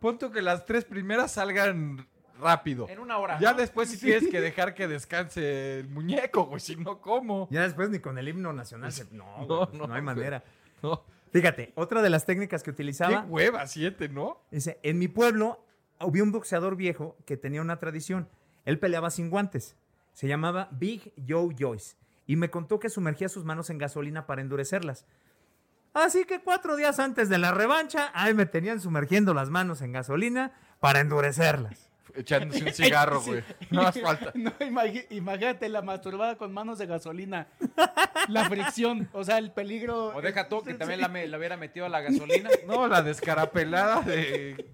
Speaker 4: Punto que las tres primeras salgan rápido.
Speaker 5: En una hora.
Speaker 4: Ya
Speaker 5: ¿no?
Speaker 4: después sí tienes que dejar que descanse el muñeco, güey. Si no, ¿cómo?
Speaker 3: Ya después ni con el himno nacional se- No, güey,
Speaker 4: No,
Speaker 3: pues, no,
Speaker 4: no,
Speaker 3: hay
Speaker 4: güey.
Speaker 3: manera.
Speaker 4: No.
Speaker 3: Fíjate, otra de las técnicas que
Speaker 4: Qué
Speaker 3: utilizaba.
Speaker 4: hueva, siete, ¿no?
Speaker 3: Dice, en mi pueblo había un boxeador viejo que tenía una tradición. Él peleaba sin guantes. Se llamaba Big Joe Joyce. Y me contó que sumergía sus manos en gasolina para endurecerlas. Así que cuatro días antes de la revancha, ahí me tenían sumergiendo las manos en gasolina para endurecerlas.
Speaker 4: Echándose un cigarro, güey. No hace falta.
Speaker 6: No, imagi- imagínate la masturbada con manos de gasolina. La fricción, o sea, el peligro. eh,
Speaker 5: O deja tú que también la, me- la hubiera metido a la gasolina.
Speaker 4: No, la descarapelada de,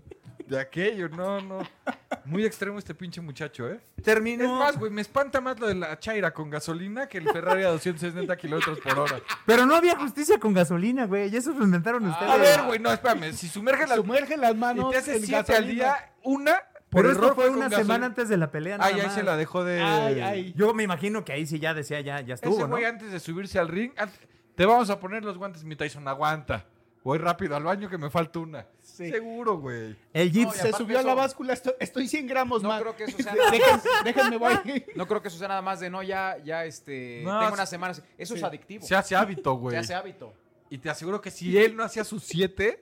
Speaker 4: de aquello, no, no. Muy extremo este pinche muchacho, ¿eh?
Speaker 3: Terminó.
Speaker 4: Es más, güey, me espanta más lo de la Chaira con gasolina que el Ferrari a 260 kilómetros por hora.
Speaker 3: Pero no había justicia con gasolina, güey. Y eso lo inventaron ustedes.
Speaker 4: Ah, A ver, güey, no, espérame. Si sumerges la
Speaker 6: Sumerge las
Speaker 4: y
Speaker 6: manos
Speaker 4: te haces
Speaker 6: en
Speaker 4: siete al
Speaker 6: gasolina.
Speaker 4: día, una por
Speaker 3: Pero esto
Speaker 4: error
Speaker 3: fue
Speaker 4: con
Speaker 3: una
Speaker 4: gasolina.
Speaker 3: semana antes de la pelea. nada
Speaker 4: Ay, ahí
Speaker 3: más.
Speaker 4: se la dejó de.
Speaker 6: Ay, ay.
Speaker 3: Yo me imagino que ahí sí ya decía, ya, ya estuvo,
Speaker 4: Ese
Speaker 3: ¿no?
Speaker 4: güey antes de subirse al ring, ant- te vamos a poner los guantes, mi Tyson, aguanta. Voy rápido al baño que me falta una.
Speaker 6: Sí.
Speaker 4: Seguro, güey.
Speaker 3: El Jeep
Speaker 5: No, y
Speaker 3: se-
Speaker 6: Se
Speaker 5: aparte
Speaker 6: subió a la
Speaker 5: eso-
Speaker 6: báscula, estoy, estoy 100 gramos
Speaker 5: No
Speaker 6: más.
Speaker 5: creo que eso sea-
Speaker 6: Dejen- Déjenme, voy.
Speaker 5: No creo que eso sea nada más de no, ya, ya, este.
Speaker 4: No,
Speaker 5: tengo
Speaker 4: se-
Speaker 5: unas semanas. Eso es adictivo.
Speaker 4: Se hace hábito, güey.
Speaker 5: Se hace hábito.
Speaker 4: Y te aseguro que si él no hacía sus siete,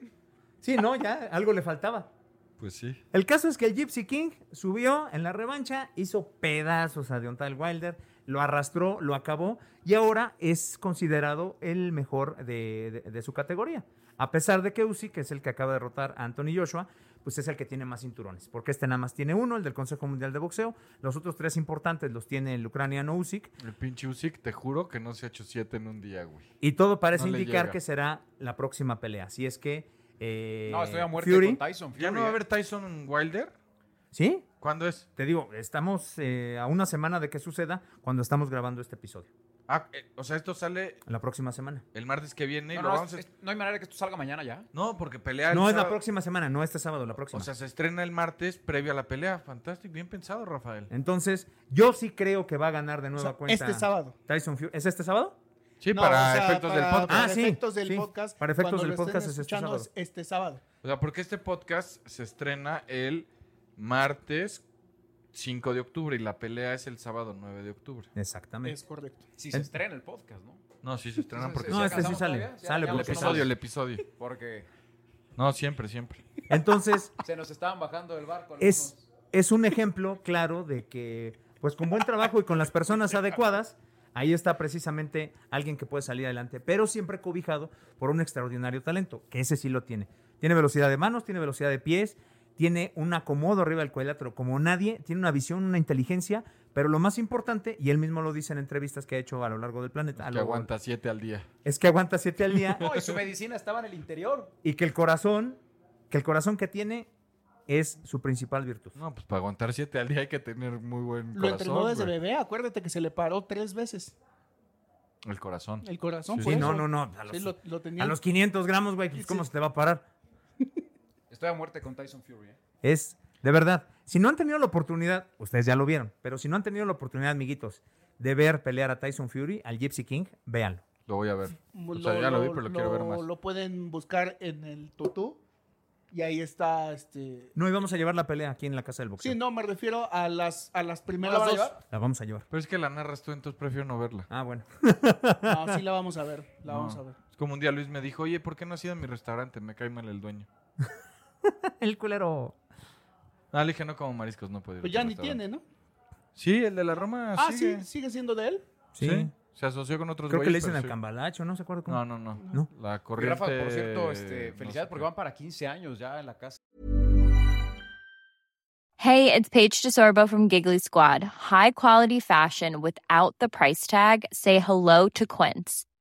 Speaker 3: Sí, no, ya algo le faltaba.
Speaker 4: pues sí.
Speaker 3: El caso es que el Gypsy King subió en la revancha, hizo pedazos a Deontay Wilder, lo arrastró, lo acabó y ahora es considerado el mejor de, de- de su categoría. A pesar de que Uzi, que es el que acaba de derrotar a Anthony Joshua, pues es el que tiene más cinturones, porque este nada más tiene uno, el del Consejo Mundial de Boxeo. Los otros tres importantes los tiene el ucraniano Usyk
Speaker 4: El pinche Usyk, te juro que no se ha hecho siete en un día, güey.
Speaker 3: y todo parece
Speaker 4: No le
Speaker 3: indicar
Speaker 4: llega.
Speaker 3: que será la próxima pelea. Así es que eh,
Speaker 5: No, estoy a muerte
Speaker 3: Fury,
Speaker 5: con Tyson. Fury,
Speaker 4: ¿Ya no va a
Speaker 5: ¿eh?
Speaker 4: haber Tyson Wilder?
Speaker 3: sí,
Speaker 4: ¿Cuándo es?
Speaker 3: Te digo, estamos eh, a una semana de que suceda cuando estamos grabando este episodio.
Speaker 4: Ah, eh, o sea, esto sale
Speaker 3: La próxima semana.
Speaker 4: el martes que viene y
Speaker 5: No,
Speaker 4: lo
Speaker 5: no,
Speaker 4: vamos
Speaker 5: es-
Speaker 4: a-
Speaker 5: es- no hay manera que esto salga mañana ya.
Speaker 4: No, porque pelea el
Speaker 3: No es la
Speaker 4: sábado.
Speaker 3: próxima semana, no este sábado, la próxima.
Speaker 4: O sea, se estrena el martes previo a la pelea. Fantástico, bien pensado, Rafael.
Speaker 3: Entonces, yo sí creo que va a ganar de nueva
Speaker 6: O sea,
Speaker 3: cuenta.
Speaker 6: este sábado.
Speaker 3: Tyson Fury. ¿Es este sábado?
Speaker 4: Sí,
Speaker 6: No,
Speaker 4: para
Speaker 6: o sea,
Speaker 4: efectos del
Speaker 6: para-
Speaker 4: podcast.
Speaker 6: Para
Speaker 3: Ah, sí,
Speaker 6: efectos del
Speaker 3: sí.
Speaker 6: podcast.
Speaker 3: Para efectos
Speaker 6: cuando
Speaker 3: del
Speaker 6: lo estén
Speaker 3: podcast es este
Speaker 6: escuchando,
Speaker 3: sábado.
Speaker 6: este sábado.
Speaker 4: O sea, porque este podcast se estrena el martes 5 de octubre y la pelea es el sábado 9 de octubre.
Speaker 3: Exactamente.
Speaker 6: Es correcto.
Speaker 5: Si se
Speaker 3: Eh.
Speaker 5: estrena el podcast, ¿no?
Speaker 4: No, sí se estrena porque...
Speaker 5: Entonces, ¿se
Speaker 3: No, este sí
Speaker 5: alcanzamos
Speaker 3: sale,
Speaker 5: todavía?
Speaker 3: sale
Speaker 5: Ya- ya
Speaker 4: el
Speaker 5: lo
Speaker 3: porque
Speaker 5: pensamos.
Speaker 4: episodio, el episodio.
Speaker 5: Porque
Speaker 4: No, siempre, siempre.
Speaker 3: Entonces,
Speaker 5: se nos estaban bajando del barco.
Speaker 3: es,
Speaker 5: algunos.
Speaker 3: es un ejemplo claro de que, pues con buen trabajo y con las personas adecuadas, ahí está precisamente alguien que puede salir adelante, pero siempre cobijado por un extraordinario talento, que ese sí lo tiene. Tiene velocidad de manos, tiene velocidad de pies, tiene un acomodo arriba del cuadrilátero como nadie, tiene una visión, una inteligencia, Pero lo más importante, y él mismo lo dice en entrevistas que ha hecho a lo largo del planeta, a
Speaker 4: Que
Speaker 3: lo-
Speaker 4: aguanta siete al día.
Speaker 3: es que aguanta siete al día
Speaker 5: No, y su medicina estaba en el interior.
Speaker 3: y que el corazón, que el corazón que tiene es su principal virtud.
Speaker 4: No, pues para aguantar siete al día hay que tener muy buen
Speaker 6: Lo entrenó
Speaker 4: corazón.
Speaker 6: desde
Speaker 4: güey.
Speaker 6: bebé, acuérdate que se le paró tres veces
Speaker 4: El corazón.
Speaker 6: el corazón.
Speaker 4: Sí,
Speaker 6: por
Speaker 3: Sí, no,
Speaker 6: eso.
Speaker 3: no, no. A los,
Speaker 6: Sí, lo, lo tenía.
Speaker 3: a los 500 gramos, güey, pues, ¿cómo se te va a parar?
Speaker 5: Estoy a muerte con Tyson Fury. ¿eh?
Speaker 3: Es, de verdad, si no han tenido la oportunidad, ustedes ya lo vieron, pero si no han tenido la oportunidad, amiguitos, de ver pelear a Tyson Fury, al Gypsy King, véanlo.
Speaker 4: Lo voy a ver. O sea, ya lo vi, pero lo quiero ver más.
Speaker 6: lo pueden buscar en el tutú y ahí está este.
Speaker 3: No íbamos a llevar la pelea aquí en la casa del boxeo.
Speaker 6: Sí, no, me refiero a las, a las primeras
Speaker 5: van a
Speaker 6: dos.
Speaker 5: llevar?
Speaker 3: La vamos a llevar.
Speaker 4: Pero es que la narras tú, entonces prefiero no verla.
Speaker 3: Ah, bueno.
Speaker 6: No, sí la vamos a ver, la vamos
Speaker 4: No.
Speaker 6: a ver.
Speaker 4: Es como un día Luis me dijo, oye, ¿por qué no has ido a mi restaurante? Me cae mal el dueño.
Speaker 3: El culero.
Speaker 4: Ah, le dije, no como mariscos, no puedo ir. a
Speaker 6: Pues
Speaker 4: tu
Speaker 6: ya ni
Speaker 4: restaurante".
Speaker 6: tiene, ¿no?
Speaker 4: Sí, el de la Roma
Speaker 6: Ah,
Speaker 4: sigue.
Speaker 6: sí, sigue siendo de él.
Speaker 3: Sí.
Speaker 4: Se asoció con otros
Speaker 3: Creo que
Speaker 4: güeyes,
Speaker 3: le dicen
Speaker 4: pero
Speaker 3: al
Speaker 4: sí.
Speaker 3: cambalacho, no se acuerda cómo.
Speaker 4: No, no, no.
Speaker 3: No.
Speaker 4: La
Speaker 5: Y
Speaker 4: corriente...
Speaker 5: Rafa, por cierto, este,
Speaker 4: no
Speaker 5: felicidades
Speaker 4: sé
Speaker 5: porque
Speaker 4: qué.
Speaker 5: van para 15 años ya en la casa.
Speaker 8: Hey, it's Paige DeSorbo from Giggly Squad. High quality fashion without the price tag. Say hello to Quince.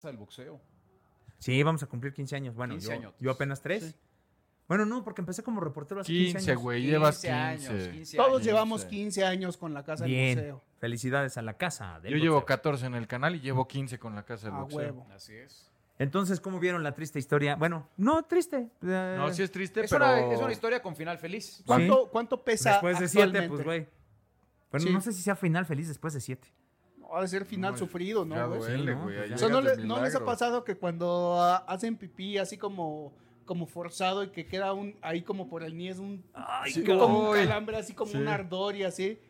Speaker 5: del boxeo.
Speaker 3: Sí, vamos a cumplir 15 años. Bueno,
Speaker 5: 15
Speaker 3: yo,
Speaker 5: años.
Speaker 3: yo apenas 3. Bueno, no, porque empecé como reportero hace 15,
Speaker 4: 15,
Speaker 3: años.
Speaker 4: güey, llevas 15.
Speaker 5: años, 15
Speaker 6: Todos
Speaker 5: años.
Speaker 6: llevamos
Speaker 4: sí.
Speaker 6: 15 años con la casa
Speaker 3: Bien.
Speaker 6: del museo.
Speaker 3: Felicidades a la casa. Del
Speaker 4: Yo llevo
Speaker 3: boxeo.
Speaker 4: 14 en el canal y llevo 15 con la casa del
Speaker 6: A
Speaker 4: boxeo.
Speaker 6: huevo.
Speaker 5: Así es.
Speaker 3: Entonces, ¿cómo vieron la triste historia? Bueno, no triste. eh,
Speaker 4: No, sí es triste,
Speaker 5: Es,
Speaker 4: pero...
Speaker 5: una, es una historia con final feliz.
Speaker 6: ¿Cuánto, cuánto pesa
Speaker 3: Después de 7, pues,
Speaker 6: actualmente?
Speaker 3: güey. Bueno,
Speaker 6: Sí.
Speaker 3: no sé si sea final feliz después de 7.
Speaker 6: Ha de ser final
Speaker 4: No,
Speaker 6: sufrido,
Speaker 4: ya
Speaker 6: ¿no, güey?
Speaker 3: Sí,
Speaker 4: duele,
Speaker 3: ¿no?
Speaker 4: güey.
Speaker 3: O
Speaker 4: ahí
Speaker 6: O sea, ¿no,
Speaker 4: llegas
Speaker 6: le-
Speaker 4: de
Speaker 6: no les ha
Speaker 4: milagro.
Speaker 6: pasado que cuando ah, hacen pipí así como, como forzado y que queda un, ahí como por el niés un,
Speaker 3: Ah, Sí.
Speaker 6: como un
Speaker 4: Uy.
Speaker 6: calambre, así como un ardor y así?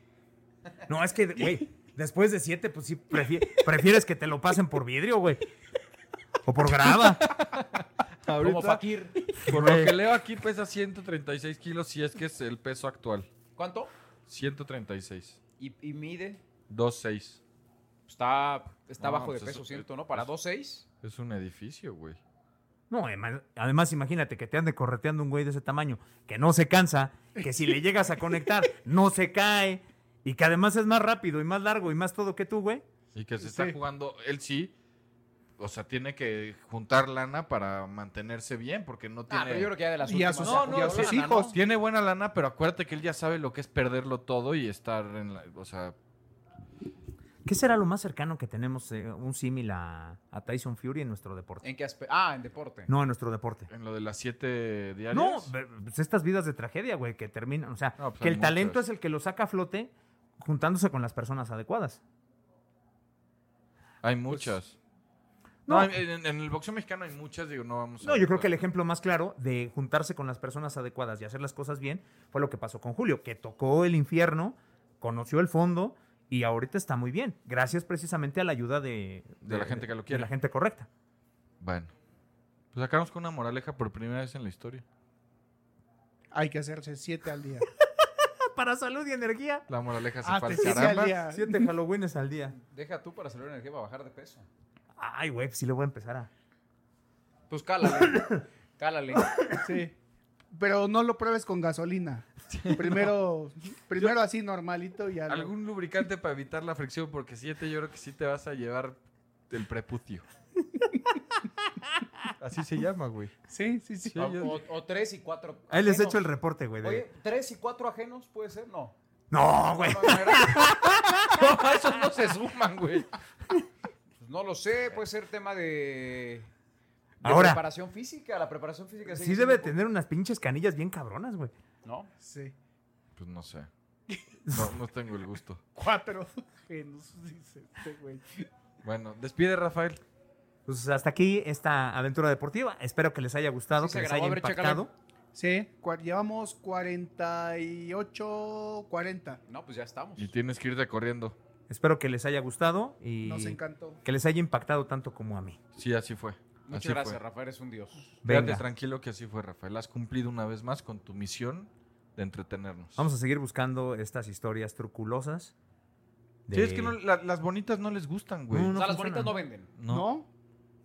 Speaker 3: No, es que, güey, después de 7, pues sí, prefi- prefieres que te lo pasen por vidrio, güey. O por grava.
Speaker 4: Ahorita,
Speaker 5: Como Fakir.
Speaker 4: por lo que leo aquí pesa 136 kilos, si es que es el peso actual.
Speaker 5: ¿Cuánto?
Speaker 4: 136.
Speaker 5: Y, y mide.
Speaker 4: 2.6.
Speaker 5: Está, está
Speaker 4: No,
Speaker 5: bajo
Speaker 4: pues
Speaker 5: de
Speaker 4: eso-
Speaker 5: peso, siento, ¿no? Para 2.6.
Speaker 4: Es un edificio, güey.
Speaker 3: No, además, además, imagínate que te ande correteando un güey de ese tamaño, que no se cansa, que si le llegas a conectar, no se cae, y que además es más rápido y más largo y más todo que tú, güey.
Speaker 4: Y que se está jugando, él sí, o sea, tiene que juntar lana para mantenerse bien, porque no
Speaker 5: Ah,
Speaker 4: tiene...
Speaker 5: pero yo creo que ya de las
Speaker 6: Y a
Speaker 5: últimas.
Speaker 6: sus-
Speaker 4: No, no,
Speaker 5: ya
Speaker 4: o
Speaker 5: habló
Speaker 4: sea,
Speaker 5: Ana, ¿no?
Speaker 4: Tiene buena lana, pero acuérdate que él ya sabe lo que es perderlo todo y estar en la... O sea,
Speaker 3: ¿Qué será lo más cercano que tenemos eh, un símil a, a Tyson Fury en nuestro deporte?
Speaker 5: ¿En qué aspe- Ah, en deporte.
Speaker 3: No, en nuestro deporte.
Speaker 4: en lo de las siete diarias.
Speaker 3: No, ve- pues estas vidas de tragedia, güey, que terminan. O sea,
Speaker 4: No, pues
Speaker 3: que
Speaker 4: hay
Speaker 3: el talento
Speaker 4: muchas.
Speaker 3: es el que lo saca a flote juntándose con las personas adecuadas.
Speaker 4: Hay muchas.
Speaker 3: pues, no.
Speaker 4: no, en, en- en el boxeo mexicano hay muchas, digo, no vamos a...
Speaker 3: No, yo creo que el ejemplo más claro de juntarse con las personas adecuadas y hacer las cosas bien fue lo que pasó con Julio, que tocó el infierno, conoció el fondo y ahorita está muy bien, gracias precisamente a la ayuda de,
Speaker 4: De la gente que lo
Speaker 3: de
Speaker 4: quiere.
Speaker 3: la gente correcta.
Speaker 4: Bueno. Pues acabamos con una moraleja por primera vez en la historia.
Speaker 6: Hay que hacerse 7 al día.
Speaker 3: Ah, Para salud y energía.
Speaker 4: La moraleja se
Speaker 6: Ah,
Speaker 4: fue al
Speaker 6: te decía
Speaker 4: caramba.
Speaker 6: al día.
Speaker 3: Siete Halloweenes al día.
Speaker 5: Deja tú para salir energía para bajar de peso.
Speaker 3: Ay, güey, sí le voy a empezar a...
Speaker 5: Pues cálale. cálale.
Speaker 6: Sí. Pero no lo pruebes con gasolina. Primero, primero así normalito y algo.
Speaker 4: Algún lubricante para evitar la fricción, porque siete yo creo que sí te vas a llevar el prepucio. Así se llama, güey.
Speaker 6: Sí, sí, sí.
Speaker 4: Sí,
Speaker 5: O,
Speaker 4: yo-
Speaker 5: o- o tres y cuatro.
Speaker 3: Ahí les
Speaker 5: ajenos.
Speaker 3: echo el reporte, güey. de-
Speaker 5: Oye, tres y cuatro ajenos puede ser, no.
Speaker 3: No, güey.
Speaker 5: No, no, era-
Speaker 4: No, esos no se suman, güey.
Speaker 5: pues no lo sé, puede ser tema de, de
Speaker 3: Ahora.
Speaker 5: preparación física. La preparación física sigue
Speaker 3: Sí
Speaker 5: siendo
Speaker 3: debe
Speaker 5: po-
Speaker 3: tener unas pinches canillas bien cabronas, güey.
Speaker 5: ¿No?
Speaker 6: Sí.
Speaker 4: Pues no sé. No, no tengo el gusto.
Speaker 6: Cuatro genos, dice este güey.
Speaker 4: Bueno, despide, Rafael.
Speaker 3: Pues hasta aquí esta aventura deportiva. Espero que les haya gustado,
Speaker 5: Sí,
Speaker 3: que
Speaker 5: se
Speaker 3: les
Speaker 5: grabó,
Speaker 3: haya
Speaker 5: a ver,
Speaker 3: impactado.
Speaker 5: chécala.
Speaker 6: Sí, cua- llevamos 48, 40.
Speaker 5: No, pues ya estamos.
Speaker 4: Y tienes que irte corriendo.
Speaker 3: Espero que les haya gustado y
Speaker 6: Nos encantó.
Speaker 3: que les haya impactado tanto como a mí.
Speaker 4: Sí, así fue.
Speaker 5: Muchas
Speaker 4: así
Speaker 5: gracias,
Speaker 4: fue.
Speaker 5: Rafael, es un dios.
Speaker 4: Quédate
Speaker 3: Venga,
Speaker 4: tranquilo que así fue, Rafael. Has cumplido una vez más con tu misión de entretenernos.
Speaker 3: vamos a seguir buscando estas historias truculosas. de-
Speaker 4: Sí, es que no- la- las bonitas no les gustan, güey.
Speaker 3: No,
Speaker 5: o
Speaker 3: no.
Speaker 5: sea, las
Speaker 3: funciona.
Speaker 5: bonitas no venden.
Speaker 4: No.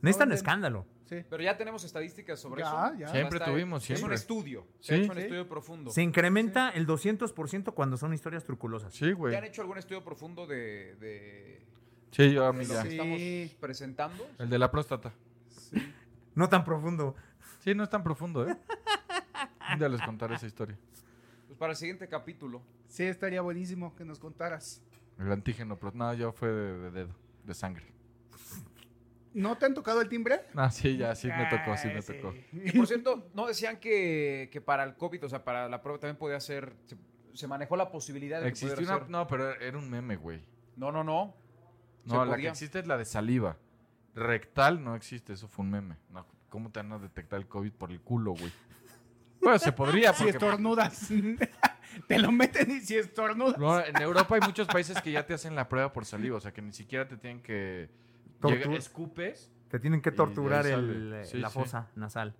Speaker 3: Necesitan
Speaker 6: no venden.
Speaker 3: escándalo.
Speaker 6: Sí.
Speaker 5: Pero ya tenemos estadísticas sobre
Speaker 6: Ya,
Speaker 5: eso.
Speaker 6: ya.
Speaker 5: O sea,
Speaker 4: Siempre
Speaker 5: está-
Speaker 4: tuvimos,
Speaker 5: Es un
Speaker 4: siempre.
Speaker 5: estudio.
Speaker 4: Sí,
Speaker 5: Se ha hecho un
Speaker 4: sí.
Speaker 5: estudio profundo.
Speaker 3: Se incrementa el 200% cuando son historias truculosas.
Speaker 4: Sí,
Speaker 5: ¿Ya
Speaker 4: güey.
Speaker 5: han hecho algún estudio profundo de, de,
Speaker 4: Sí, yo a mí
Speaker 5: de lo
Speaker 4: ya.
Speaker 5: que
Speaker 6: Sí.
Speaker 5: estamos presentando?
Speaker 4: El de la próstata.
Speaker 3: No tan profundo.
Speaker 4: Sí, no es tan profundo, ¿eh? Un día les contaré esa historia.
Speaker 5: Pues para el siguiente capítulo.
Speaker 6: Sí, estaría buenísimo que nos contaras.
Speaker 4: El antígeno, pero nada, ya fue de, de dedo, de sangre.
Speaker 6: ¿No te han tocado el timbre?
Speaker 4: Ah, sí, ya, sí me tocó, sí
Speaker 6: Ay,
Speaker 4: me tocó.
Speaker 5: Y por cierto, no decían que, que para el COVID, o sea, para la prueba también podía ser. Se, se manejó la posibilidad de que
Speaker 4: Existió
Speaker 5: pudiera
Speaker 4: una...
Speaker 5: ser.
Speaker 4: No, pero era un meme, güey.
Speaker 5: No, no, no.
Speaker 4: No,
Speaker 5: Se
Speaker 4: la que
Speaker 5: podía.
Speaker 4: existe es la de saliva. Rectal no existe, eso fue un meme. No, ¿Cómo te van a detectar el COVID por el culo, güey? Bueno, se podría,
Speaker 6: Si
Speaker 4: porque...
Speaker 6: estornudas. te lo meten y si estornudas.
Speaker 4: No, en Europa hay muchos países que ya te hacen la prueba por saliva, o sea que ni siquiera te tienen que...
Speaker 3: Tortura.
Speaker 4: Llega- escupes.
Speaker 3: Te tienen que
Speaker 4: Y
Speaker 3: torturar
Speaker 4: ahí
Speaker 3: el-
Speaker 4: sale. Sí,
Speaker 3: la
Speaker 4: sí.
Speaker 3: fosa nasal.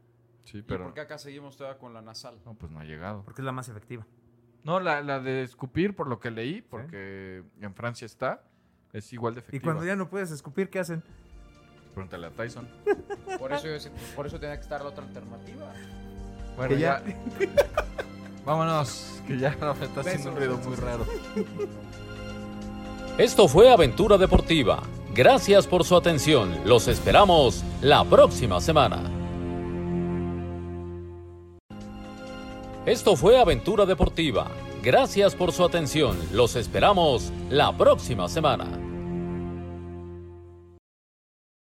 Speaker 4: Sí,
Speaker 5: ¿Y
Speaker 4: pero...
Speaker 5: por qué acá seguimos todavía con la nasal?
Speaker 4: No, pues no ha llegado.
Speaker 3: Porque es la más efectiva.
Speaker 4: No, la, la de escupir, por lo que leí, porque en Francia está, es igual de efectiva.
Speaker 3: Y cuando ya no puedes escupir, ¿qué hacen?
Speaker 4: Pregúntale a Tyson.
Speaker 5: Por eso, yo- por eso tenía que estar la otra alternativa.
Speaker 4: Bueno,
Speaker 3: Que
Speaker 4: ya.
Speaker 3: ya-
Speaker 4: Vámonos, que ya me está haciendo un ruido muy raro.
Speaker 9: Esto fue Aventura Deportiva. Gracias por su atención. Los esperamos la próxima semana. Esto fue Aventura Deportiva. Gracias por su atención. Los esperamos la próxima semana.